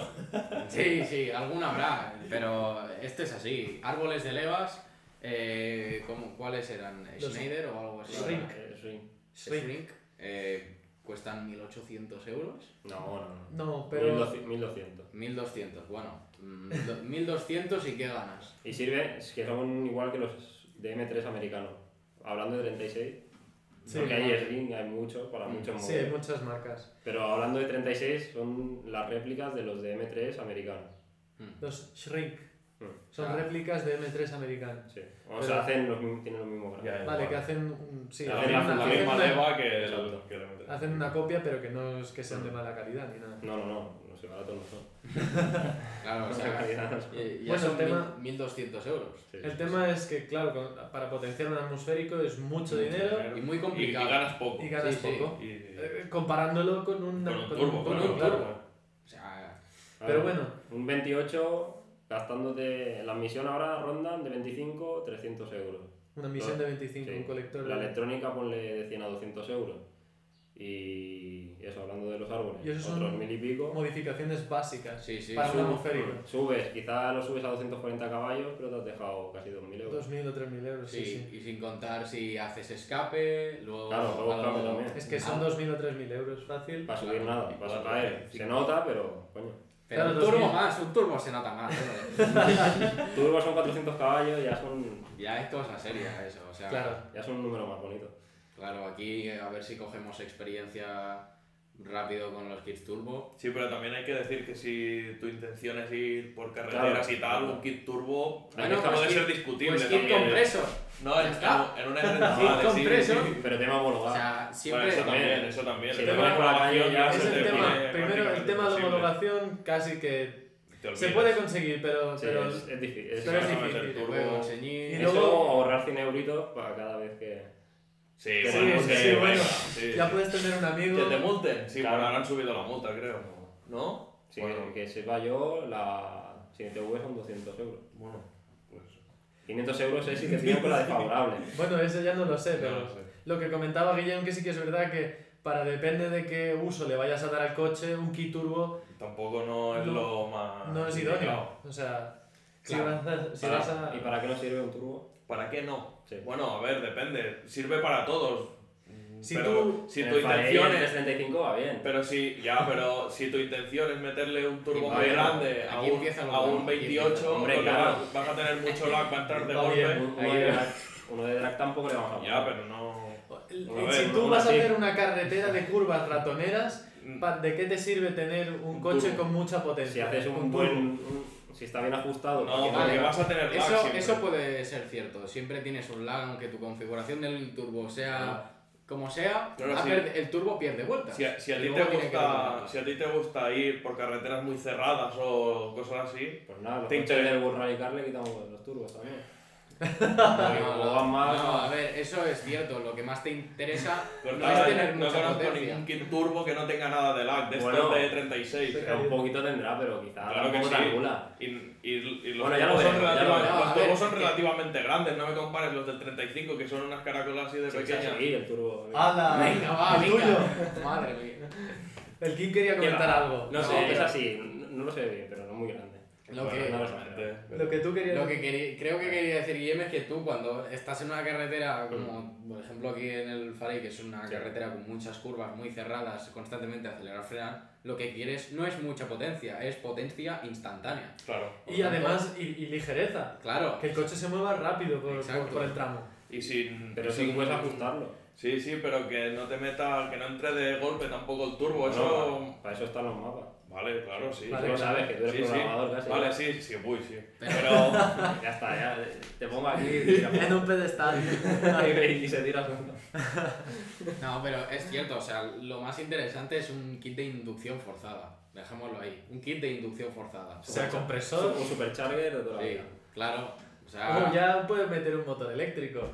sí, sí, alguna habrá, pero este es así. Árboles de levas, eh, ¿cómo- ¿cuáles eran? Los- ¿Schneider o algo así? Shrink. Eh, shrink. Shrink. eh, cuestan 1.800 euros. No, no, no. No, pero 1200, 1200. 1.200, bueno, mm, do- 1.200 y qué ganas. Y sirve, es que son igual que los de M3 americanos. Hablando de 36, Sí. porque hay sling, hay muchos, para muchos sí, modelos. hay muchas marcas. Pero hablando Mm, de 36, son las réplicas de los de M3 americanos. Los Shrink. Son Ah. réplicas de M3 americanos. Sí. O Pero- sea, hacen los, mismos- tienen los mismos Ya, gráficos. ya, Vale, bueno. que hacen, un- sí, La hacen, misma- una, la hacen misma una- leva que, el- Exacto. que le metes. hacen una copia, pero que no es que sean de mala calidad ni nada. No, no, no, no sé, baratos no son. Claro, o No sea, sé, calidad no y- son. y ya Bueno, son el tema- mil- 1.200 euros. Sí, sí, El sí. tema es que, claro, con- para potenciar un atmosférico es mucho Mucho dinero dinero. Y muy Y, y complicado. ganas poco. y ganas Sí, sí. poco. Y- Eh, comparándolo con un, con un turbo, con un- claro, claro. claro. O sea, A Pero ver, bueno. Un 28, gastándote. La misión ahora rondan de 25, 300 euros. Una misión de 25, Sí. un colector. La de- electrónica ponle de 100 a 200 euros. Y eso, hablando de los árboles, Y esos son otros mil y pico. Modificaciones básicas sí, sí. para un sub- atmosférico. Subes, quizá lo subes a 240 caballos, pero te has dejado casi 2.000 euros. 2.000 o 3.000 euros, sí, sí, sí. Y sin contar si haces escape, luego. Ah, Claro, luego algo- escape también. Es que son 2.000 o 3.000 euros fácil. Para subir Claro, nada, vas a igual, caer. sí. Se nota, pero coño. Pero Claro, un turbo 2.000. más, un turbo se nota más. ¿eh? Turbo son 400 caballos, ya son, ya es cosa seria eso, o sea. Claro. ya son un número más bonito. Claro, aquí eh, a ver si cogemos experiencia rápido con los kits turbo. Sí, pero también hay que decir que si tu intención es ir por carreteras Claro. y tal, un kit turbo Bueno, puede pues ser kit- discutible pues kit también. ¿eh? compreso. No, Ya en, está. en un S30 Kit compreso. Pero tema O homologado. sea, siempre. Bueno, eso también, también, eso también. si El te tema pones por la homologación calle ya ya Es se el te tema. pone Primero, el prácticamente tema de imposible. homologación casi que Te olvidas. se puede conseguir, pero, Sí, pero es, es difícil. pero es no, difícil. el te turbo- puede conseguir. Y Eso, luego- ahorrar 100 euritos para cada vez que... Sí, Sí, bueno, sí, sí, sí, venga, bueno. sí. ya puedes tener un amigo. Que te multen. Sí, Claro. bueno, ahora han subido la multa, creo. ¿No? Sí, Bueno, que sepa yo, la siguiente V son 200 euros. bueno, pues... 500 euros es si te pillan con la desfavorable. Bueno, eso ya no lo sé, No pero lo sé. lo que comentaba Guillem, que sí que es verdad que para depende de qué uso le vayas a dar al coche, un kit turbo Tampoco no es No- lo más... no es idóneo. O sea, si Claro. vas a- si Para- vas a- ¿Y para qué nos sirve un turbo? ¿Para qué no? Sí. Bueno, a ver, depende. Sirve para todos. Si pero tú- si En tu el Farelli intención el es... 35 va bien. Pero si, ya, pero si tu intención es meterle un turbo Aquí muy empieza- grande a aquí un, empieza lo a bueno, un aquí 28, empieza- hombre, porque claro. vas, vas a tener mucho lag, va a entrar de Va bien. golpe. Un- uno, ahí- de drag, uno de drag tampoco le vamos a Ya, poner. pero no... El- A ver, si tú aún vas a así. hacer una carretera de curvas ratoneras, Mm. pa- ¿de qué te sirve tener un Un coche turbo. con mucha potencia? Si haces un turbo. buen... un- si está bien ajustado. No, porque- porque vale. vas a tener lag Eso, siempre. eso puede ser cierto, siempre tienes un lag, aunque tu configuración del turbo sea como sea, Claro, ha sí. perde- el turbo pierde vueltas. Si a, si a Y ti te luego tiene que gusta, recuperar. si a ti te gusta ir por carreteras muy cerradas o cosas así, Pues nada, los Te coches interesa. del Burrari Car le quitamos los turbos también. No, Porque no, como van más... no, a ver, eso es cierto, lo que más te interesa pues no nada, es tener no mucha conozco potencia. ningún kit turbo que no tenga nada de lag, de Bueno. estos de 36. Sí, Un poquito tendrá, pero quizá Claro que tampoco sí. tan nula. Y, y, y los Bueno, ya lo turbos son, veremos, ya lo relativamente- veremos. los A turbos ver, son es que- relativamente grandes, no me compares los del 35 que son unas caracolas así de Sí, pequeñas. sí, el turbo. ¡Hala! Venga, va, ¡El venga. tuyo! Madre mía. El Kim quería comentar algo. No, sé, No, es pero- así, no, no lo sé bien, pero no muy grande. Lo Bueno, que- no lo sé. Realmente, pero- Lo que tú querías. Lo que quería- creo que quería decir Guillem es que tú cuando estás en una carretera, como por ejemplo aquí en el Farey, que es una Sí. carretera con muchas curvas muy cerradas, constantemente acelerar, frenar, lo que quieres no es mucha potencia, es potencia instantánea. Claro. Y además, y, y ligereza. Claro. Que el coche se mueva rápido por, Exacto. por- por el tramo. Y sin... Pero sí sin- que puedes ajustarlo. Sí, sí, pero que no te meta, que no entre de golpe tampoco el turbo, No, Pues eso... para, para eso están los mapas. Vale, claro, sí. Tú Vale, lo sabes, que tú eres Sí, sí. programador casi. Vale, sí, sí, uy, sí. Pero... Ya está, ya. eh, Te pongo aquí y, En un pedestal. y se tira solo. No, pero es cierto, o sea, lo más interesante es un kit de inducción forzada. Dejémoslo ahí. Un kit de inducción forzada. o sea, compresor. Un supercharger de toda la Sí, vida. claro. O sea, Oh, Ojo, ya puedes meter un motor eléctrico.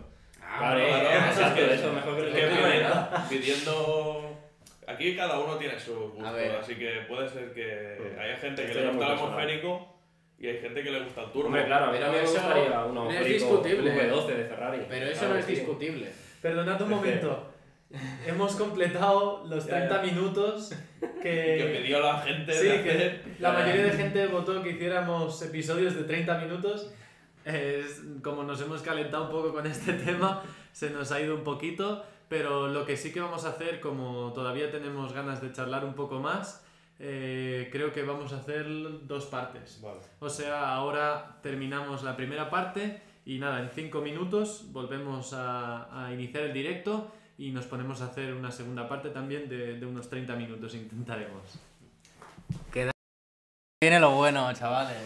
Ah, Claro, no, claro, no, no, exacto, es que- eso mejor que Es lo que que pidiendo, pidiendo- Aquí cada uno tiene su A gusto, ver. así que puede ser que Mm. haya gente que Esto le ya gusta el muy personal. atmosférico y hay gente que le gusta el turbo. Hombre, claro, a mí no me Eso gustaría uno no es frico discutible. V12 de Ferrari. Pero eso Claro, no es sí. discutible. Perdonad un Es que- momento. Hemos completado los Ya, ya. 30 minutos Que pidió la gente Sí, de hacer- que la mayoría de gente votó que hiciéramos episodios de 30 minutos. Es- como nos hemos calentado un poco con este tema, se nos ha ido un poquito, pero lo que sí que vamos a hacer, como todavía tenemos ganas de charlar un poco más, eh, creo que vamos a hacer dos partes. Vale. O sea, ahora terminamos la primera parte y nada, en cinco minutos volvemos a, a iniciar el directo y nos ponemos a hacer una segunda parte también de, de unos 30 minutos, intentaremos. Viene lo bueno, chavales.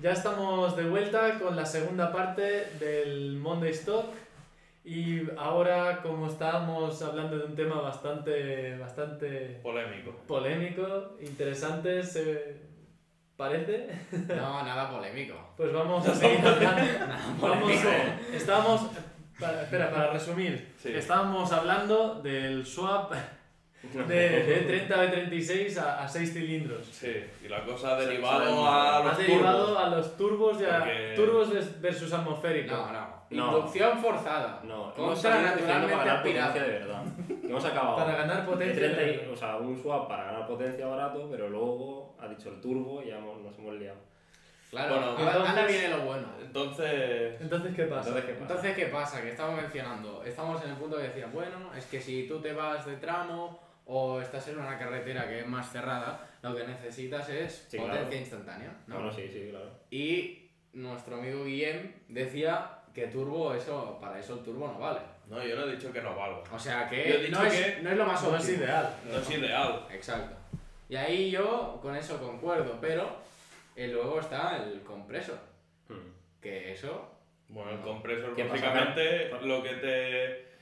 Ya estamos de vuelta con la segunda parte del Monday Stock. Y ahora, como estábamos hablando de un tema bastante, bastante Polémico. polémico, interesante, se parece, No, nada polémico. pues vamos a seguir hablando. Vamos polémico. a- estábamos, para- espera, para resumir, Sí. estábamos hablando del swap de, de 30 de 36 a, a 6 cilindros. Sí, y la cosa ha Se- derivado se- a Ha los derivado turbos. a los turbos y a Porque- turbos ves- versus atmosféricos. No, no. No. Inducción forzada. No, hemos Contra salido diciendo naturalmente para ganar potencia aspirada. de verdad. Y hemos acabado. Para ganar de potencia. 30 y- o sea, un swap para ganar potencia barato, pero luego ha dicho el turbo y ya hemos- nos hemos liado. Claro, Bueno, ahora- ahora entonces- viene lo bueno. Entonces, Entonces, ¿qué pasa? Entonces, ¿qué pasa? Entonces, ¿qué pasa? Que estamos mencionando, estamos en el punto que decía, bueno, es que si tú te vas de tramo o estás en una carretera que es más cerrada, lo que necesitas es Sí, potencia claro. instantánea. ¿no? No, no, sí, sí, claro. Y nuestro amigo Guillem decía que turbo, eso, para eso el turbo no vale. no, yo no he dicho que no valga. O sea Yo he que, dicho no es, que no es lo más Eso es óptimo. ideal. No es ideal. Exacto. Y ahí yo con eso concuerdo, pero eh, luego está el compresor, Hmm. que eso Bueno, el compresor ¿Qué pasa? básicamente lo que te...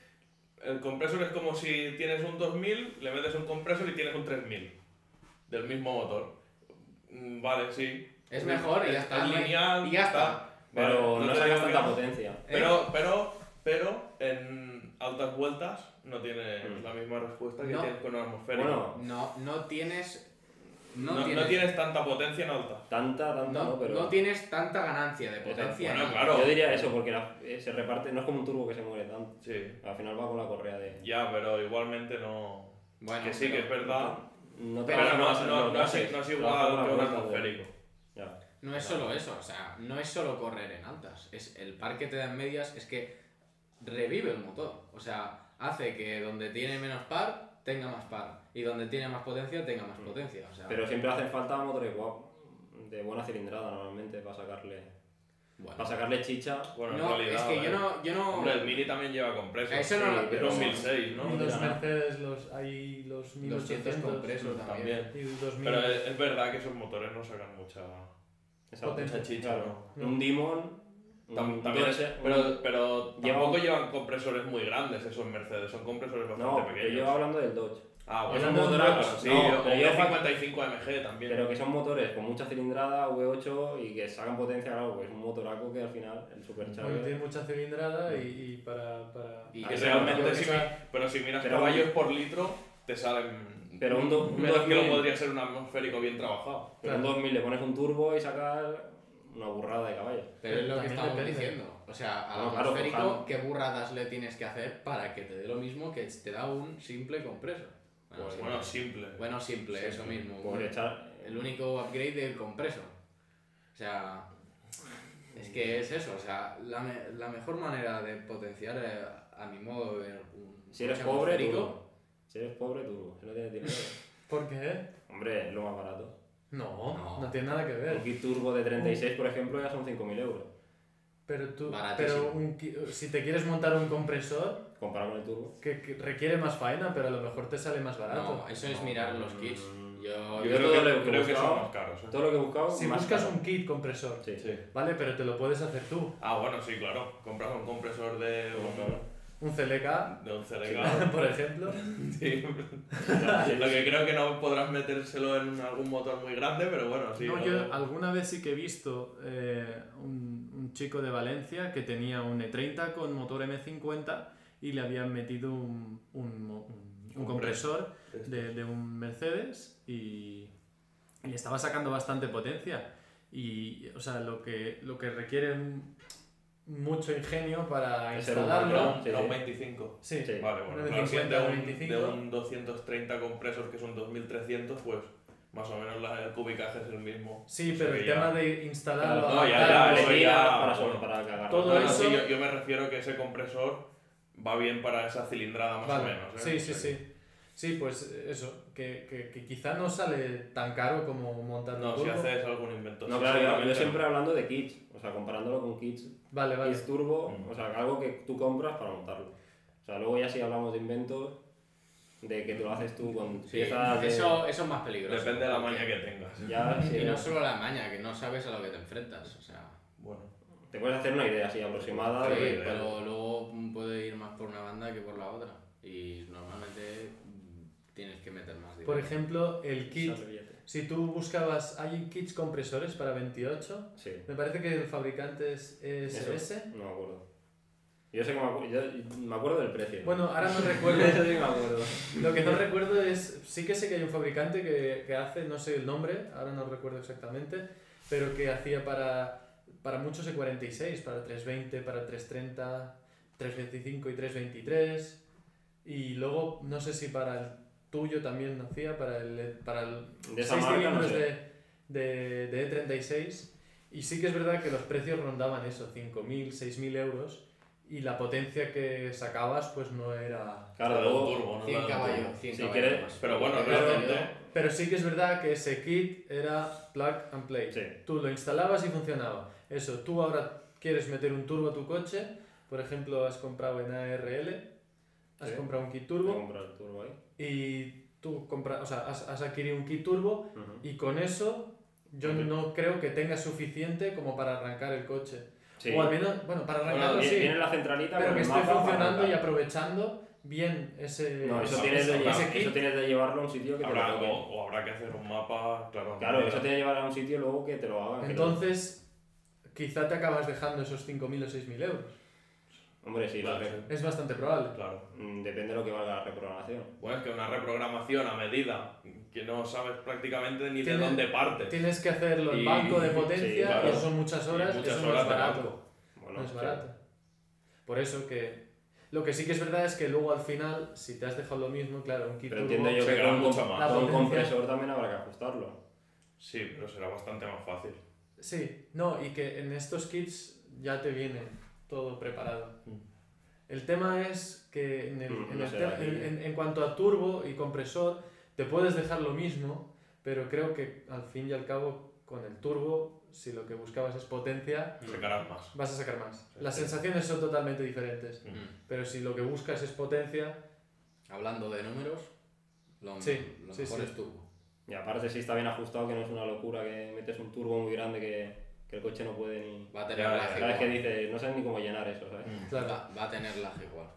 El compresor es como si tienes un 2000, le metes un compresor y tienes un 3000 del mismo motor. Mm, Vale, sí. es mejor y ya Es- está. es ¿no? lineal Y ya está. Vale, Pero no te sacas digo que tanta no. potencia. Pero, pero, pero en altas vueltas no tiene Mm. la misma respuesta que No. tienes con un atmosférico. Bueno, No, no tienes. No, no, no tienes, no tienes, tienes tanta potencia en alta. tanta, tanta, no, pero. tanta ganancia de Exacto. potencia. Bueno, ¿no? claro. Yo diría eso, porque la- eh, se reparte, no es como un turbo que se muere tanto. Sí. Al final va con la correa de. Ya, pero igualmente no. Bueno, que sí, que pero es verdad. No Pero, vas a no, hacer no, los no, es, gases, no es te vas a hacer igual una que un vuelta de- atmosférico. Ya. No es solo eso, o sea, no es solo correr en altas. Es el par que te da en medias es que revive el motor. O sea, hace que donde tiene menos par, tenga más par. Y donde tiene más potencia, tenga Mm. más potencia. O sea, Pero siempre hace falta motores guap- de buena cilindrada normalmente para sacarle. bueno. Para sacarle chicha. Bueno, en No, realidad. es que yo eh. no. Yo no... Hombre, el Mini también lleva compresor. Eso no sí, lo. Pero pero- no. 2006, ¿no? Y los Mira, no. Mercedes, los, hay los 200 1800 compresos también. también. y 2000. Pero es, es verdad que esos motores no sacan mucha, Esa Potencia. mucha chicha, ¿no? No. Un Demon. un- Tam- también, un- pero, pero Lleva tampoco un- llevan compresores muy grandes esos Mercedes, son compresores bastante No, pero pequeños. yo hablando del Dodge. Ah, Es bueno, un no, motor. no, sí, no, o pero yo un fa- 55 MG también. Pero que son motores con mucha cilindrada, V8 y que sacan potencia, claro, que es un motoraco que al final el Porque supercharger. tiene mucha cilindrada y, y para, para... Y Y Ah, que sí, realmente, pero si, esa- mi- pero si miras pero- caballos por litro, te salen. Pero un do- un menos que lo 2000. podría ser un atmosférico bien trabajado. Pero un 2000 le pones un turbo y sacas una burrada de caballo. Pero es lo que También estamos depende. diciendo. O sea, al No, claro, atmosférico, ojalá. ¿qué burradas le tienes que hacer para que te dé lo mismo que te da un simple compresor? Bueno, Pues, simple. Bueno, simple. Bueno, simple, Sí, eso mismo. Por Bueno, Pues echar. el único upgrade del compresor. O sea, es que es eso. O sea, la, me- la mejor manera de potenciar, eh, a mi modo de ver, un Si eres coche pobre, atmosférico- turbo. Si eres pobre, turbo. Si no tienes dinero. ¿Por qué? Hombre, es lo más barato. No, no, No. tiene nada que Un ver. kit turbo de 36, por ejemplo, ya son 5.000 euros. Pero tú, Baratísimo. pero un ki- si te quieres montar un compresor, Comparado con el turbo. que, que requiere más faena, pero a lo mejor te sale más barato. No, eso es mirar los kits. Yo Yo, Yo creo todo que, lo que creo que son buscaba- más caros. ¿eh? Todo lo que he buscado. si más buscas caro. un kit compresor, Sí. Sí. ¿vale? Pero te lo puedes hacer tú. Ah, bueno, sí, claro. Compras un compresor de un, Un CLK, de un Celeca. por ejemplo. Sí. Lo que creo que no podrás metérselo en algún motor muy grande, pero bueno, sí. no, lo- yo alguna vez sí que he visto eh, un, un chico de Valencia que tenía un E30 con motor M50 y le habían metido un, un mo- un- un Un compresor de, de un Mercedes y, y estaba sacando bastante potencia. Y, o sea, lo que, lo que requiere un- mucho ingenio para Es ser humano, instalarlo. Era un, Sí, era un sí. 25. Sí. Sí. Vale, bueno, Uno de claro, si es 50, de, un, 25. de un 230 compresor que son 2300, pues más o menos la- el cubicaje es el mismo. Sí, O sea pero que el ya- tema de instalarlo, Claro, no, ya, adaptarlo, ya, Para eso elegir, ya, para, sol- bueno. para cagar. Todo No, no, eso- sí, yo, yo me refiero que ese compresor va bien para esa cilindrada más Vale, o menos. ¿eh? Sí, sí, O sea que- sí. Sí, pues eh, eso, que, que, que quizá no sale tan caro como montar un No, si turbo. haces algún invento. No, sí, claro, yo- yo, seguramente siempre hablando de kits, o sea, comparándolo con kits, Vale, vale. kits turbo, Mm. o sea, algo que tú compras para montarlo. O sea, luego ya si hablamos de inventos, de que te lo haces tú con Sí, piezas de- eso, eso es más peligroso. Depende de la maña que tengas. Ya, sí, eh, Y no solo la maña, que no sabes a lo que te enfrentas. O sea, Bueno, te puedes hacer una idea así aproximada sí, de- bien, pero luego puede ir más por una banda que por la otra. Y normalmente mm, tienes que meter más dinero. Por ejemplo, el kit. Servillete. Si tú buscabas, hay kits compresores para 28. Sí. Me parece que el fabricante es es Eso, ese. No me acuerdo. Yo sé que me, acu- yo me acuerdo del precio. Bueno, ahora no recuerdo. Lo que no recuerdo es, sí que sé que hay un fabricante que, que hace, no sé el nombre, ahora no recuerdo exactamente, pero que hacía para, para muchos de 46, para 320, para 330, 325 y 323. Y luego, no sé si para el tuyo también hacía, para el, para el de esa 6 marca no cilindros sé. de, de, de E36. Y sí que es verdad que los precios rondaban eso, 5.000, 6.000 euros. Y la potencia que sacabas pues no era... Claro, Pero luego, un turbo, ¿no? 100 Claro, caballos, 100 Si caballos quieres- más. Pero bueno, Pero- realmente. Pero sí que es verdad que ese kit era plug and play. ¿eh? Sí. Tú lo instalabas y funcionaba. Eso, tú ahora quieres meter un turbo a tu coche, por ejemplo, has comprado en ARL, has Sí. comprado un kit voy a turbo comprar el turbo ahí. y tú compra, o sea, has, has adquirido un kit turbo Ujú. y con eso yo Ujú. no creo que tengas suficiente como para arrancar el coche. Sí. O al menos, bueno, para Bueno, arrancarlo Vie- sí, Viene la centralita pero con que el esté mapa para funcionando arrancar. y aprovechando bien ese... No, eso Eso- tienes, de eso llevar- habrá- eso tienes de llevarlo a un sitio que te Habrá lo toque. o, o habrá que hacer un mapa, claro. Claro, mira, eso tienes que llevar a un sitio luego que te lo hagan. que Entonces, quizá te acabas dejando esos 5.000 o 6.000 euros. lo- Hombre, sí, Claro, lo que- sí. Es bastante probable. Claro. Mm, depende de lo que valga la reprogramación. Bueno, es que una reprogramación a medida que no sabes prácticamente ni de Tiene- dónde parte. Tienes que hacerlo el Y- banco de sí, potencia, claro. y eso son muchas horas, Y muchas eso no horas es de barato. banco. Bueno, No es sí. barato. Por eso que... Lo que sí que es verdad es que luego al final, si te has dejado lo mismo, claro, un kit Pero turbo- entiendo yo se que graba con, mucho con más. La potencia- compresor también habrá que ajustarlo. Sí, pero será bastante más fácil. Sí, no, y que en estos kits ya te viene todo preparado. Mm. El tema es que en, el- Mm, en no el sé, te- ahí- en- en- en cuanto a turbo y compresor, te puedes dejar lo mismo, pero creo que al fin y al cabo con el turbo, si lo que buscabas es potencia, Sacarás más. vas a sacar más. Sí, Las sí. sensaciones son totalmente diferentes, Mm. pero si lo que buscas es potencia, Hablando de números, lo, Sí, lo sí, mejor sí. es turbo. Y aparte, si está bien ajustado, que no es una locura que metes un turbo muy grande que, que el coche no puede ni. Va a tener Ya, la ya, ya, G Sabes que igual. dices, no sabes ni cómo llenar eso, ¿sabes? Mm. claro, Va, va a tener la G igual.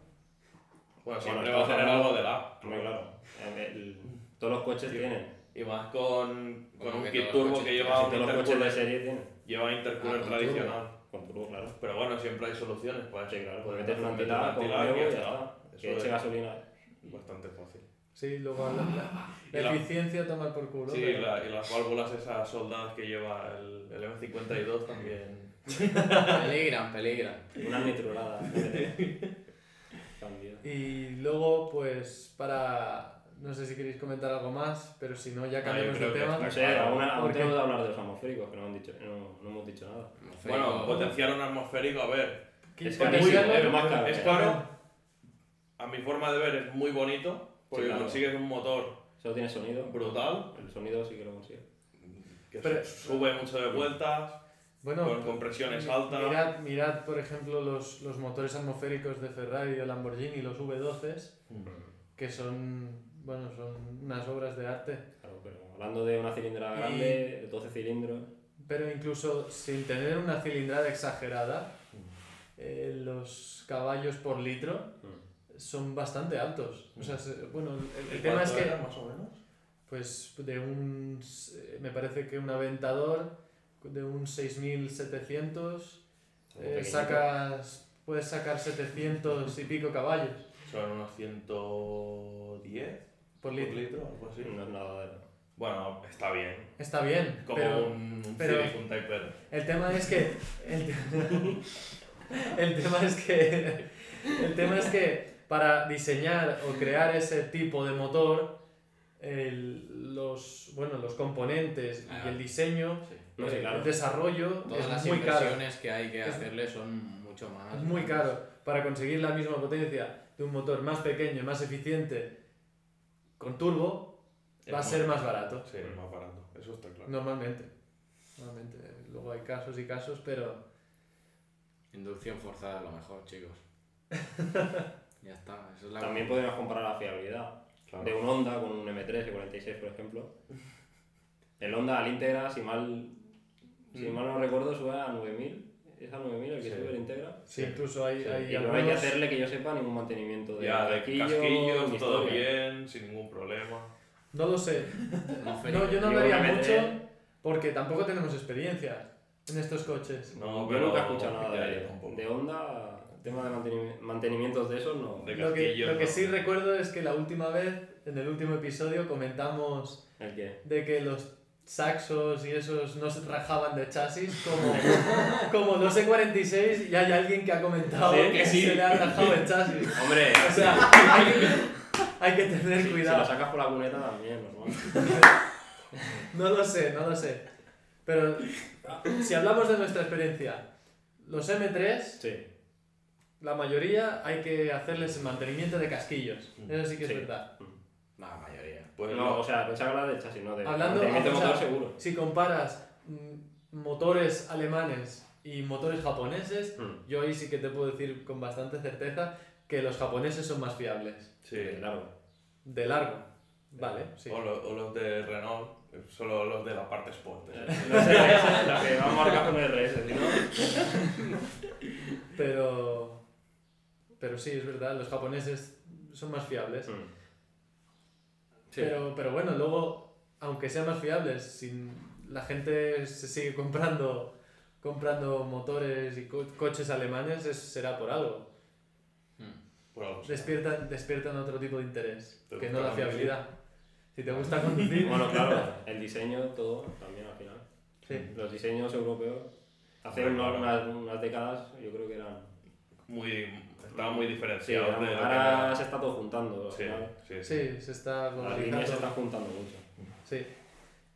Bueno, Bueno, siempre va estamos a tener hablando- algo de la. Hombre, claro. El- el- Mm. todos los coches Sí. tienen. Y más con, con Bueno, un que kit todos los turbo coches que tienen- lleva un Todos los coches de intercooler, serie tienen. lleva intercooler Ah, con tradicional. Con turbo, claro. Pero bueno, siempre hay soluciones para eso. Sí, claro. Puedes metes una meter antilada, con antilada huevo y y ya ya está. está. Que Eso eche es gasolina. bastante fácil. sí, luego la, la- Y la la- eficiencia toma por culo. Sí, pero- y, la- y las válvulas esas soldadas que lleva el, el M52 también. Peligran, peligran. Una nitrulada. Cambio. Y luego, pues, para. No sé si queréis comentar algo más, pero si no, ya No, cambiamos yo creo de que tema. No sé, alguna, aún ¿Por qué? tengo que hablar de los atmosféricos, que no, han dicho, no, no hemos dicho nada. Bueno, pues Frigo- potenciar un atmosférico, a ver. ¿Qué- Es por qué carísimo, digan- es lo más caro. Es que caro. A mi forma de ver es muy bonito. Porque Sí, claro. consigues un motor hay. Solo tiene sonido. brutal. El sonido sí que lo consigue. Que Pero- sube mucho de vueltas. con Bueno, compresiones mi- altas. Mirad, mirad, por ejemplo, los, los motores atmosféricos de Ferrari, de Lamborghini, los V12s, que son. Bueno, son unas obras de arte. Claro, pero hablando de una Y- cilindrada eh, grande, de 12 cilindros. Pero incluso sin tener una cilindrada exagerada, eh, los caballos por litro son bastante altos. O sea, se- bueno, el- el tema es que. era, más o menos? Pues de un. eh, Me parece que un aventador de un 6700 Algo eh, pequeñito. sacas. Puedes sacar 700 y pico caballos Son unos 110 por por litro. litro, algo así. No es nada de. Bueno, está bien. Está bien, Como pero un Civic, pero- un Type R. el tema es que. El, te- el tema es que. El tema es que para diseñar o crear ese tipo de motor, el- los, bueno, los componentes y Ah. el diseño, Sí. No, sí, eh, claro. el desarrollo Todas es las muy caro. impresiones que hay que Es- hacerle son mucho más. Es Ah. muy caro. Para conseguir la misma potencia de un motor más pequeño y más eficiente con turbo, Es va a muy- ser más barato. Sí, es más barato. Eso está claro. Normalmente. Normalmente. Luego hay casos y casos, pero Inducción forzada es lo mejor, chicos. ya está. Eso es la También podríamos comparar la fiabilidad. Claro. de un Honda con un M3 de 46, por ejemplo. El Honda al Integra, si mal, Mm. si mal no recuerdo, sube a 9000. Es a 9000 el que Sí. sube el Integra. Sí, incluso hay, Sí, hay Y no hay que algunos- hacerle que yo sepa ningún mantenimiento de Ya, de casquillo, ni casquillos, todo historia. bien, sin ningún problema. No lo sé. No, No, yo no Yo hablaría me meteré- mucho porque tampoco tenemos experiencia en estos coches. No, yo pero- nunca he escuchado nada ya, de, yo tampoco. de Honda, tema de mantenimi- mantenimientos de esos, no. De Lo que, casquillos, lo que no. sí recuerdo es que la última vez, en el último episodio, comentamos ¿El qué? de que los saxos y esos no se rajaban de chasis, como, como 1246 y hay alguien que ha comentado Sí, que que sí. se le ha rajado el chasis. Hombre, O sea, hay que, hay que tener si, si lo cuidado. sacas por la cuneta también, normal. No lo sé, no lo sé. Pero si hablamos de nuestra experiencia, los M3, Sí, la mayoría hay que hacerles el mantenimiento de casquillos. Eso sí que es Sí. verdad. La mayoría. Pues no, no. o sea, pensaba hablar del chasis, no de Hablando- mantenimiento o sea, motor seguro. Si comparas mm, motores alemanes y motores japoneses, Mm. Yo ahí sí que te puedo decir con bastante certeza que los japoneses son más fiables. Sí. Claro. De largo. Vale, sí. O, lo- o los de Renault, solo los de la parte sport. ¿eh? No sé, es la que vamos a marcar con el RS, ¿no? Pero. Pero sí, es verdad, los japoneses son más fiables. Mm. Sí. Pero, pero bueno, luego, aunque sean más fiables, sin, la gente se sigue comprando comprando motores y co- coches alemanes, es- será por algo. Por algo así. Despiertan, despiertan otro tipo de interés, Te que gusta no la conducir. fiabilidad. Si te gusta conducir, Bueno, claro, el diseño, todo, también al final. sí. Los diseños europeos, hace Hombre, unas, claro. unas- unas décadas, yo creo que eran... Muy, estaba muy Sí, diferenciado. eran- de lo que ahora era. se está todo juntando. al Sí, final. sí, sí. Sí, se está Las líneas se globalizando. están juntando mucho. Sí.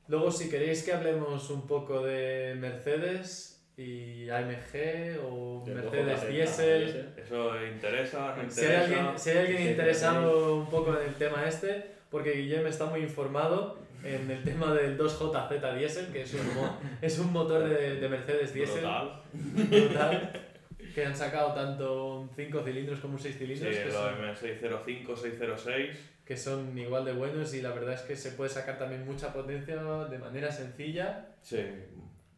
Luego, si queréis que hablemos un poco de Mercedes y AMG o Del Mercedes OJZ, diésel. Eso interesa, no Si hay, interesa. alguien, si hay alguien Sí, interesado un poco en el tema este, porque Guillem está muy informado en el tema del 2JZ diésel, que es un, mo- es un motor de, de Mercedes diésel Total. brutal, que han sacado tanto 5 cilindros como 6 Sí, cilindros, que, los son, M605, 606. que son igual de buenos y la verdad es que se puede sacar también mucha potencia de manera sencilla. Sí,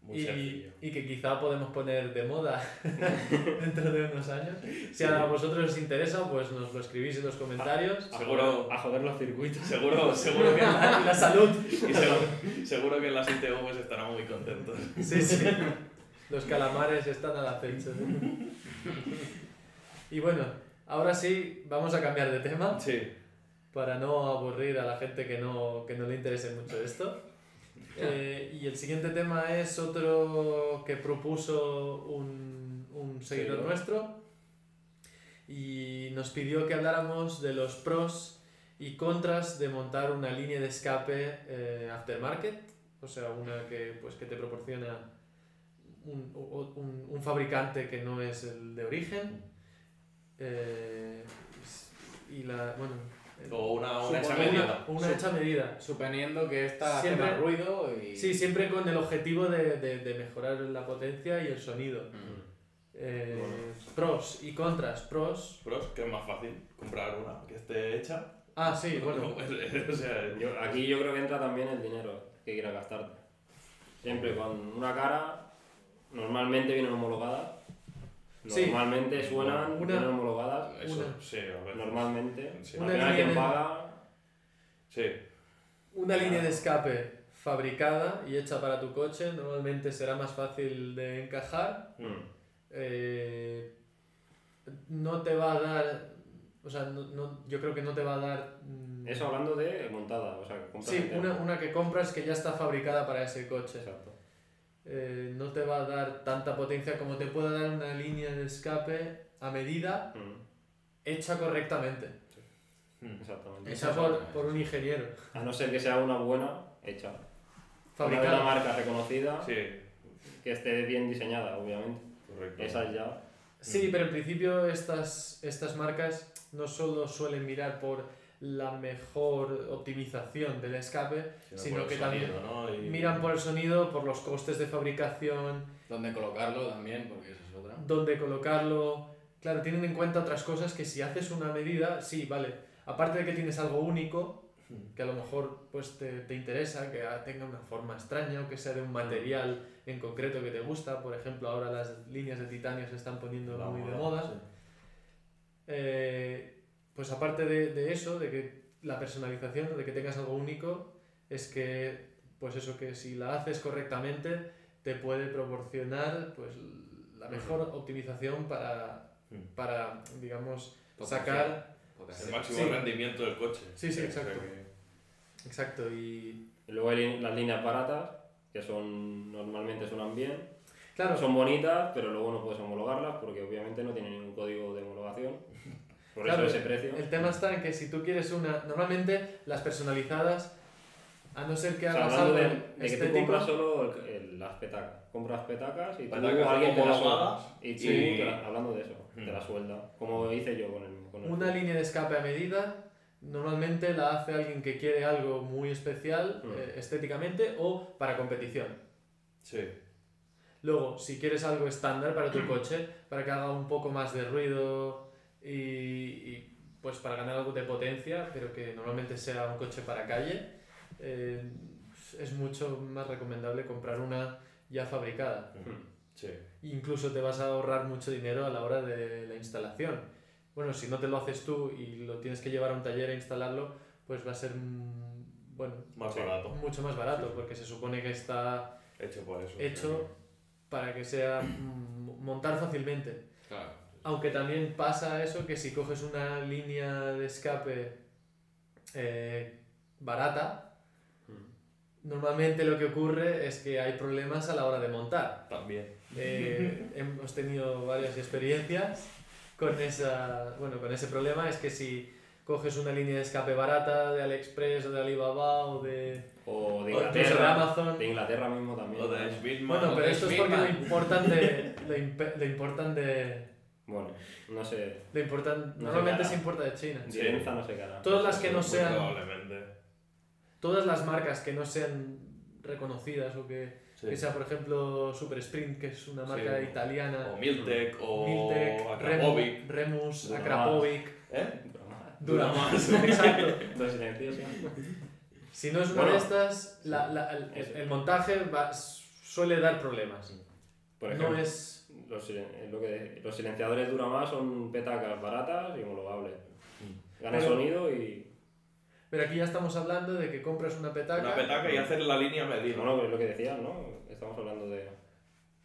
muy y, sencillo. y que quizá podemos poner de moda dentro de unos años. Si a vosotros os interesa, pues nos lo escribís en los comentarios. A Seguro- joder- A joder los circuitos. Seguro, seguro que, La salud. y seguro, seguro que en las ITVs pues, estarán muy contentos. Sí, sí. Los calamares están al acecho. Y bueno, ahora sí vamos a cambiar de tema Sí, para no aburrir a la gente que no, que no le interese mucho esto. Eh, y el siguiente tema es otro que propuso un, un seguidor Seguidor. nuestro y nos pidió que habláramos de los pros y contras de montar una línea de escape eh, aftermarket, o sea, una que, pues, que te proporciona un, o- un- un fabricante que no es el de origen. Eh, y la, bueno, el- o una, una Supongo hecha una- medida. Una hecha medida. Suponiendo que esta Siempre- hace más ruido y. Sí, siempre con el objetivo de, de- de mejorar la potencia y el sonido. Mm. Eh, Pros y contras. Pros. Pero es que es más fácil comprar una que esté hecha. Pues, eh, Ah, sí, bueno. o sea, Yo- aquí yo creo que entra también el dinero que quieras gastarte. Siempre con una cara, normalmente vienen homologadas. Sí. Normalmente suenan, Una- vienen homologadas. eso Una. sí, a ver. Normalmente. Sí. Al Una final línea quien de- paga, Sí, Una línea de escape fabricada y hecha para tu coche normalmente será más fácil de encajar. mm, Eh, no te va a dar. O sea, no- no- yo creo que no te va a dar. mm, eso hablando de montada, o sea, que compras Sí, entera. una, una que compras que ya está fabricada para ese coche. Exacto. eh, no te va a dar tanta potencia como te puede dar una línea de escape a medida Mm, hecha correctamente. Mm. exactamente. Esa Hecha es por, otra, por un ingeniero. A no ser que sea una buena hecha. Una de una Fabricada. marca reconocida, sí, que esté bien diseñada, obviamente. correcto. Esa ya. Sí, pero en principio estas, estas marcas no solo suelen mirar por la mejor optimización del escape, sino por el que también ¿no? Y- miran por el sonido, por los costes de fabricación, Dónde colocarlo también, porque esa es otra. dónde colocarlo. Claro, tienen en cuenta otras cosas que si haces una medida, sí, vale, aparte de que tienes algo único, que a lo mejor pues, te, te interesa, que ah, tenga una forma extraña o que sea de un material en concreto que te gusta. Por ejemplo, ahora las líneas de titanio se están poniendo Va muy de moda, moda. sí. Eh, pues aparte de, de eso, de que la personalización, de que tengas algo único, es que, pues eso, que si la haces correctamente, te puede proporcionar pues la mejor optimización para, Mm. para digamos, Potencial. sacar... El Potencial. máximo Sí. rendimiento del coche. Sí, sí, O sea exacto. que- Exacto, y... Y luego hay lin- las líneas baratas, que son normalmente suenan bien, Claro, son bonitas, pero luego no puedes homologarlas porque obviamente no tienen ningún código de homologación. Por Claro, eso ese precio. el tema está en que si tú quieres una... Normalmente las personalizadas, a no ser que O sea, hagas hablando algo de, de que tú estético... compras solo el- el- las petacas. Compras petacas y tú Petacas alguien te las homologadas suelda. Y tú, y- te la- hablando de eso, Hmm. te la suelda. Como hice yo con el. Con el Una línea de escape a medida normalmente la hace alguien que quiere algo muy especial Mm. eh, estéticamente o para competición. Sí. Luego, si quieres algo estándar para tu coche, para que haga un poco más de ruido y, y, pues para ganar algo de potencia, pero que normalmente sea un coche para calle, eh, es mucho más recomendable comprar una ya fabricada. Hmm. Sí. Incluso te vas a ahorrar mucho dinero a la hora de la instalación. Bueno, si no te lo haces tú y lo tienes que llevar a un taller e instalarlo, pues va a ser mm, bueno, Más Sí. barato. mucho más barato porque se supone que está Hecho por eso. hecho para que sea mm, montar fácilmente. Claro. Aunque también pasa eso que si coges una línea de escape eh, barata, Mm. normalmente lo que ocurre es que hay problemas a la hora de montar. También. Eh, hemos tenido varias experiencias con, esa, bueno, con ese problema. Es que si coges una línea de escape barata de AliExpress o de Alibaba o de, O o de incluso de Inglaterra. Amazon. De Inglaterra mismo también. Lo de Schmidtman. Bueno, o pero de esto es porque lo Schmidtman. importan de... Lo, imp- lo importan de... Bueno, no sé. Lo importan, No normalmente sé, se importa de China. Sí. Dierenza no sé qué hará. Todas las que no Muy sean- Probablemente. Todas las marcas que no sean reconocidas o que, Sí. que sea, por ejemplo, Super Sprint, que es una marca Sí. italiana, O Miltec o Miltec, Akrapovic. Remu- Remus, Duramax. Akrapovic, ¿Eh? Duramax, exacto. Entonces, silenciosa. Si no es una Bueno, de estas, la- la- el, eso. el montaje va- suele dar problemas. Por ejemplo, no es. los, silen- eh, lo que- los silenciadores dura más son petacas baratas y homologables. Gana Mm. Pero- sonido y. Pero aquí ya estamos hablando de que compras una petaca. Una petaca y hacer la línea medida. Bueno, pues lo que decías, ¿no? Estamos hablando de.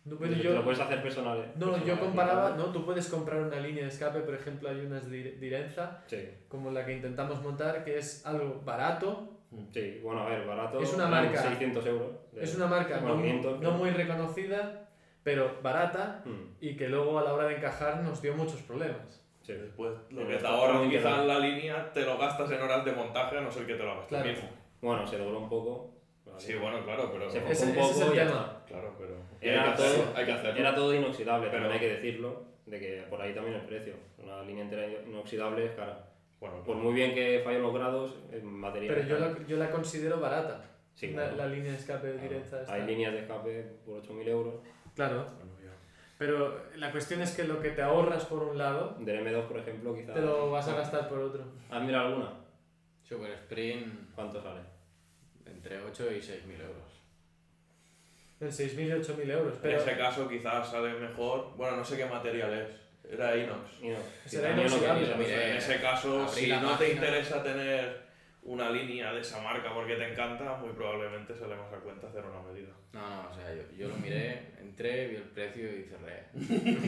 No, pero de que yo- te lo puedes hacer personal. eh, no, yo personal, comparaba, no, tú puedes comprar una línea de escape, por ejemplo, hay unas de de Irenza, Sí, como la que intentamos montar, que es algo barato, sí. Bueno, a ver, barato. Es una eran marca. 600 euros. de- es una marca bueno, no, 500, no pero- muy reconocida, pero barata Mm, y que luego a la hora de encajar nos dio muchos problemas. sí. Después, lo Pero que te está ahorras totalmente quizás claro. en la línea, te lo gastas en horas de montaje, a no ser que te lo hagas tú Claro. mismo. Bueno, se dobló un poco. ¿vale? Sí, bueno, claro, pero. Se Ese, Un ese es poco el y ya tema. Claro, pero. Era hay, que todo- hacerlo, hay que hacerlo. Era todo inoxidable, Pero- pero hay que decirlo. De que por ahí también el precio. Una línea entera inoxidable es cara. Bueno, Por muy bien que fallen los grados, el material. Pero es yo caro. la, yo la considero barata, Sí, la, claro. la línea de escape de Claro. Irenza. esta. Hay líneas de escape por 8.000 euros. Claro. bueno, ya. Pero la cuestión es que lo que te ahorras por un lado, Del M2, por ejemplo, quizás. te lo vas a gastar por otro. ¿Has mirado alguna? Super Sprint ¿Cuánto sale? entre 8 y 6.000 euros. En 6.000, 8.000 euros. Pero En ese caso, quizás sale mejor. Bueno, no sé qué material es. Era Inox. Y no. Será Titanio no inoxidable. quiero, Pues Mire, en ese caso, abrí si la no te página. interesa tener una línea de esa marca porque te encanta, muy probablemente sale más a cuenta hacer una medida. No, no, o sea, yo, yo lo miré, entré, vi el precio y cerré.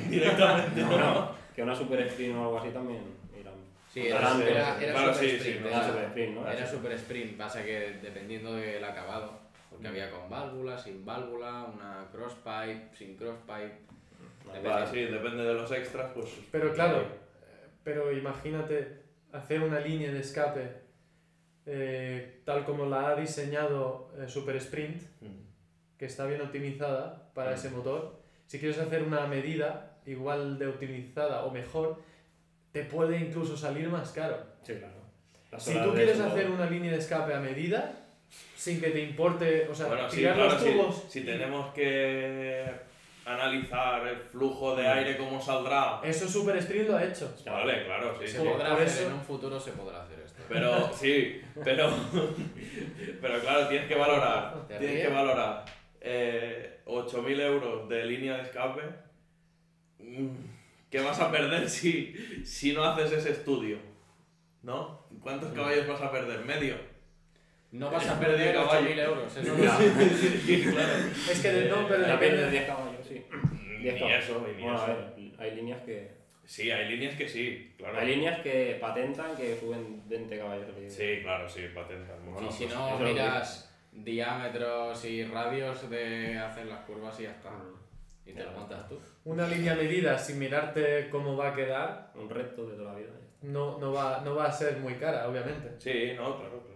Directamente. No, no, que una super sprint o algo así también irán. Sí, era, Grande, era, sí. era Claro, Super sí, sí, Sprint. no, era, era Super Sprint, ¿no? era Sí. Super Sprint, pasa que dependiendo del acabado, porque Mm. había con válvula, sin válvula, una crosspipe, sin crosspipe. Vale, Vale, sí, depende de los extras, pues. Pero claro, eh, pero imagínate hacer una línea de escape eh, tal como la ha diseñado eh, Super Sprint, que está bien optimizada para Mm. ese motor. Si quieres hacer una medida igual de optimizada o mejor, te puede incluso salir más caro. Sí, claro. Las Si horas tú de quieres sudor. hacer una línea de escape a medida, sin que te importe, o sea, Bueno, sí, tirar claro, los si- tubos. si, tenemos que analizar el flujo de aire, cómo saldrá. Eso Super Street lo ha hecho. Vale, claro, sí. Se Por- podrá por hacer, eso- en un futuro se podrá hacer esto. Pero sí, pero, pero claro, tienes que valorar, Te tienes ríes. que valorar eh, 8.000 euros de línea de escape. Mm, ¿Qué vas a perder si, si no haces ese estudio? ¿No? ¿Cuántos caballos vas a perder? ¿Medio? No vas a Pero Eh, de perder caballo. 8.000 euros, eso Sí, no. sí, claro. Es que de- no, pero Depende de depende. 10 caballos, sí. Ni eso, ni Bueno, a eso. ver, hay líneas que. Sí, hay líneas que sí, claro. Hay líneas que patentan que suben 20 caballos. lo que digo. Sí, claro, sí, patentas. mucho. Y si eso no, es lo que miras diámetros y radios de hacer las curvas y ya está. Mm. Y te lo montas tú. Una línea medida sin mirarte cómo va a quedar Un reto de toda la vida. ¿eh? no, no, va, no va a ser muy cara, obviamente. Sí, no, claro, claro.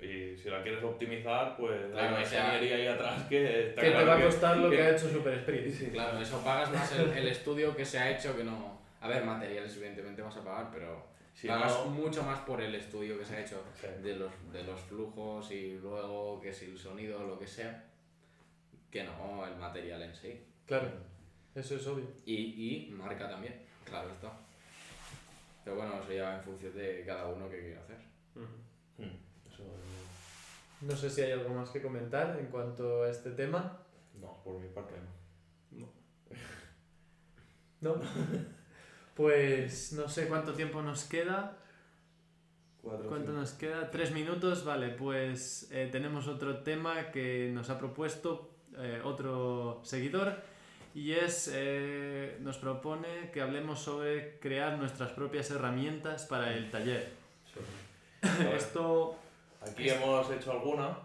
Y si la quieres optimizar, pues Claro, hay una o sea, ingeniería ahí atrás que está Que te claro va a costar lo que que- ha hecho Super Sprint. Claro, eso pagas más el, el estudio que se ha hecho que no. A ver, materiales evidentemente vas a pagar, pero Si pagas no- mucho más por el estudio que se ha hecho Sí. de, los, de los flujos y luego que si el sonido lo que sea, que no el material en sí. Claro, eso es obvio. Y, y marca también, claro está. Pero bueno, eso ya en función de cada uno que quiera hacer. Hmm, eso, eh, No sé si hay algo más que comentar en cuanto a este tema. No, por mi parte no. ¿No? Pues no sé cuánto tiempo nos queda. Cuatro, ¿Cuánto nos queda? Tres minutos, vale, pues eh, tenemos otro tema que nos ha propuesto eh, otro seguidor y es, eh, nos propone que hablemos sobre crear nuestras propias herramientas para el taller. Esto, Aquí hemos hecho alguna.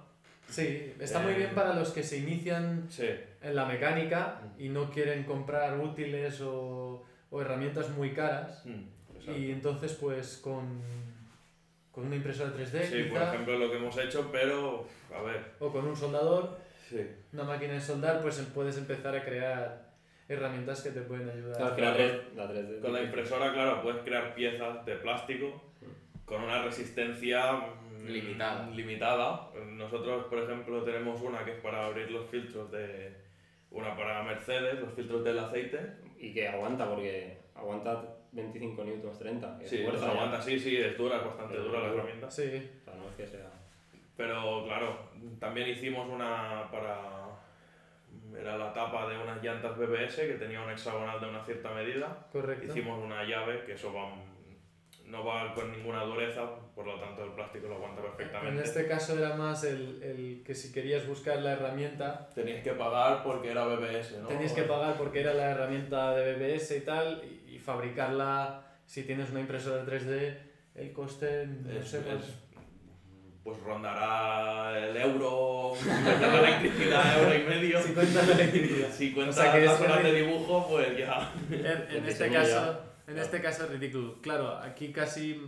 sí, está muy bien para los que se inician Sí, en la mecánica y no quieren comprar útiles o, o herramientas muy caras hmm, exacto. y entonces pues con, con una impresora 3D Sí, por quizá, ejemplo, lo que hemos hecho, pero. A ver, o con un soldador. sí. una máquina de soldar, pues em- puedes empezar a crear herramientas que te pueden ayudar. Claro, es que la, 3, la 3D. Con la impresora, claro, puedes crear piezas de plástico con una resistencia mm, Limitada. limitada. Nosotros, por ejemplo, tenemos una que es para abrir los filtros de. Una para Mercedes, los filtros del aceite. Y que aguanta, porque aguanta 25 newtons, 30. Que Sí, fuerza ya. aguanta, sí, sí, es dura, es bastante dura la herramienta. Sí, O sea, no es que sea. Pero claro, también hicimos una para. Era la tapa de unas llantas BBS que tenía un hexagonal de una cierta medida. correcto. Hicimos una llave que eso va, no va con ninguna dureza, por lo tanto el plástico lo aguanta En perfectamente. este caso era más el, el que si querías buscar la herramienta, Tenías que pagar porque era BBS, ¿no? tenías que pagar porque era la herramienta de BBS y tal, y, y fabricarla, si tienes una impresora 3D, el coste, no Es- sé, pues, es- pues rondará el euro, la electricidad, euro y medio. 50 de electricidad. 50 O sea que es horas el- de dibujo, pues ya. En, en El este diseño caso, en claro. este caso es ridículo. Claro, aquí casi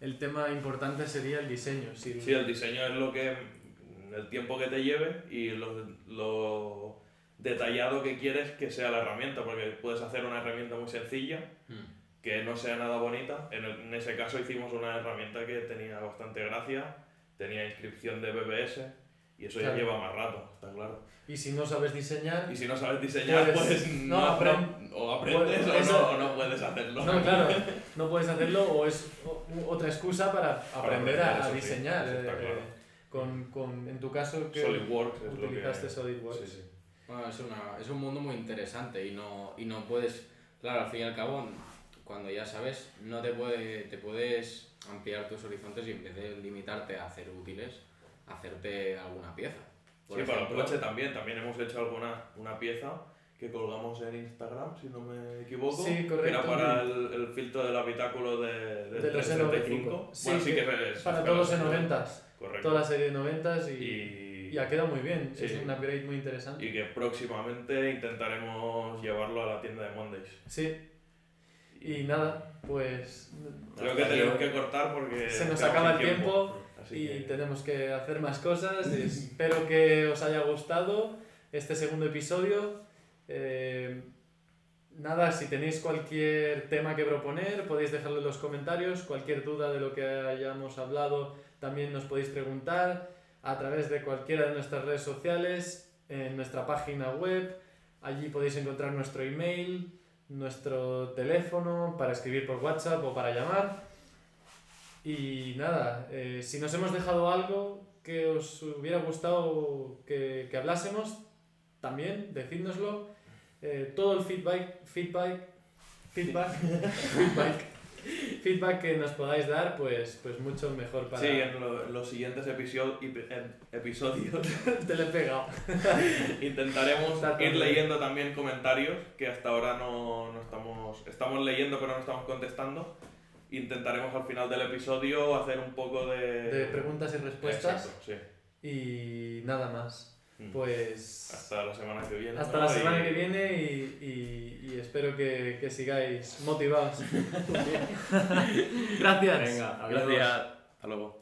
el tema importante sería el diseño. Si Sí, el diseño es lo que. el tiempo que te lleve y lo, lo detallado que quieres que sea la herramienta, porque puedes hacer una herramienta muy sencilla Hmm. Mm. que no sea nada bonita. En, el- en ese caso hicimos una herramienta que tenía bastante gracia, tenía inscripción de BBS y eso Claro. ya lleva más rato, está claro. Y si no sabes diseñar, Y si no sabes diseñar, Pues, pues, no, no, apren- no- o aprendes Pues, o, eso- no, o no puedes hacerlo. No, claro, no puedes hacerlo o es o- u- otra excusa para aprender a, aprender, a eso sí, diseñar. eso está eh, claro. con, con- en tu caso, que SolidWorks es lo que... utilizaste SolidWorks. Sí, sí. Bueno, es, una, es un mundo muy interesante y no, y no puedes, claro, al fin y al cabo, cuando ya sabes, no te, puede, te puedes ampliar tus horizontes y en vez de limitarte a hacer útiles, hacerte alguna pieza. Por Sí, para el ejemplo, coche también, también hemos hecho alguna una pieza que colgamos en Instagram, si no me equivoco, Sí, correcto. que era para el, el filtro del habitáculo de, del De los 335. N95. bueno, Sí, sí que, que es- Para es- todos en 90 Correcto. toda la serie de 90 y, y, y ha quedado muy bien. Sí. Es un upgrade muy interesante. y que próximamente intentaremos llevarlo a la tienda de Mondays. Sí, y nada, pues Creo que Hasta tenemos aquí. que cortar porque... se nos quedamos acaba el sin tiempo Así y que- tenemos que hacer más cosas. Espero que os haya gustado este segundo episodio. Eh, nada, si tenéis cualquier tema que proponer, podéis dejarlo en los comentarios. Cualquier duda de lo que hayamos hablado, también nos podéis preguntar a través de cualquiera de nuestras redes sociales, en nuestra página web, Allí podéis encontrar nuestro email, nuestro teléfono para escribir por WhatsApp o para llamar. Y nada, eh, si nos hemos dejado algo que os hubiera gustado que, que hablásemos, también decídnoslo. Eh, todo el feedback, feedback, feedback, feedback, feedback que nos podáis dar, pues, pues mucho mejor para... Sí, en lo- los siguientes episodio- ep- ep- episodios Te le he pegado. intentaremos Está todo ir bien. leyendo también comentarios que hasta ahora no, no estamos, estamos leyendo pero no estamos contestando. Intentaremos al final del episodio hacer un poco de... De preguntas y respuestas. Exacto, sí. Y nada más. Mm. Pues Hasta la semana que viene. hasta ¿no? la semana Y- que viene y, y- y espero que, que sigáis motivados. Gracias. Venga, adiós. Gracias. Hasta luego.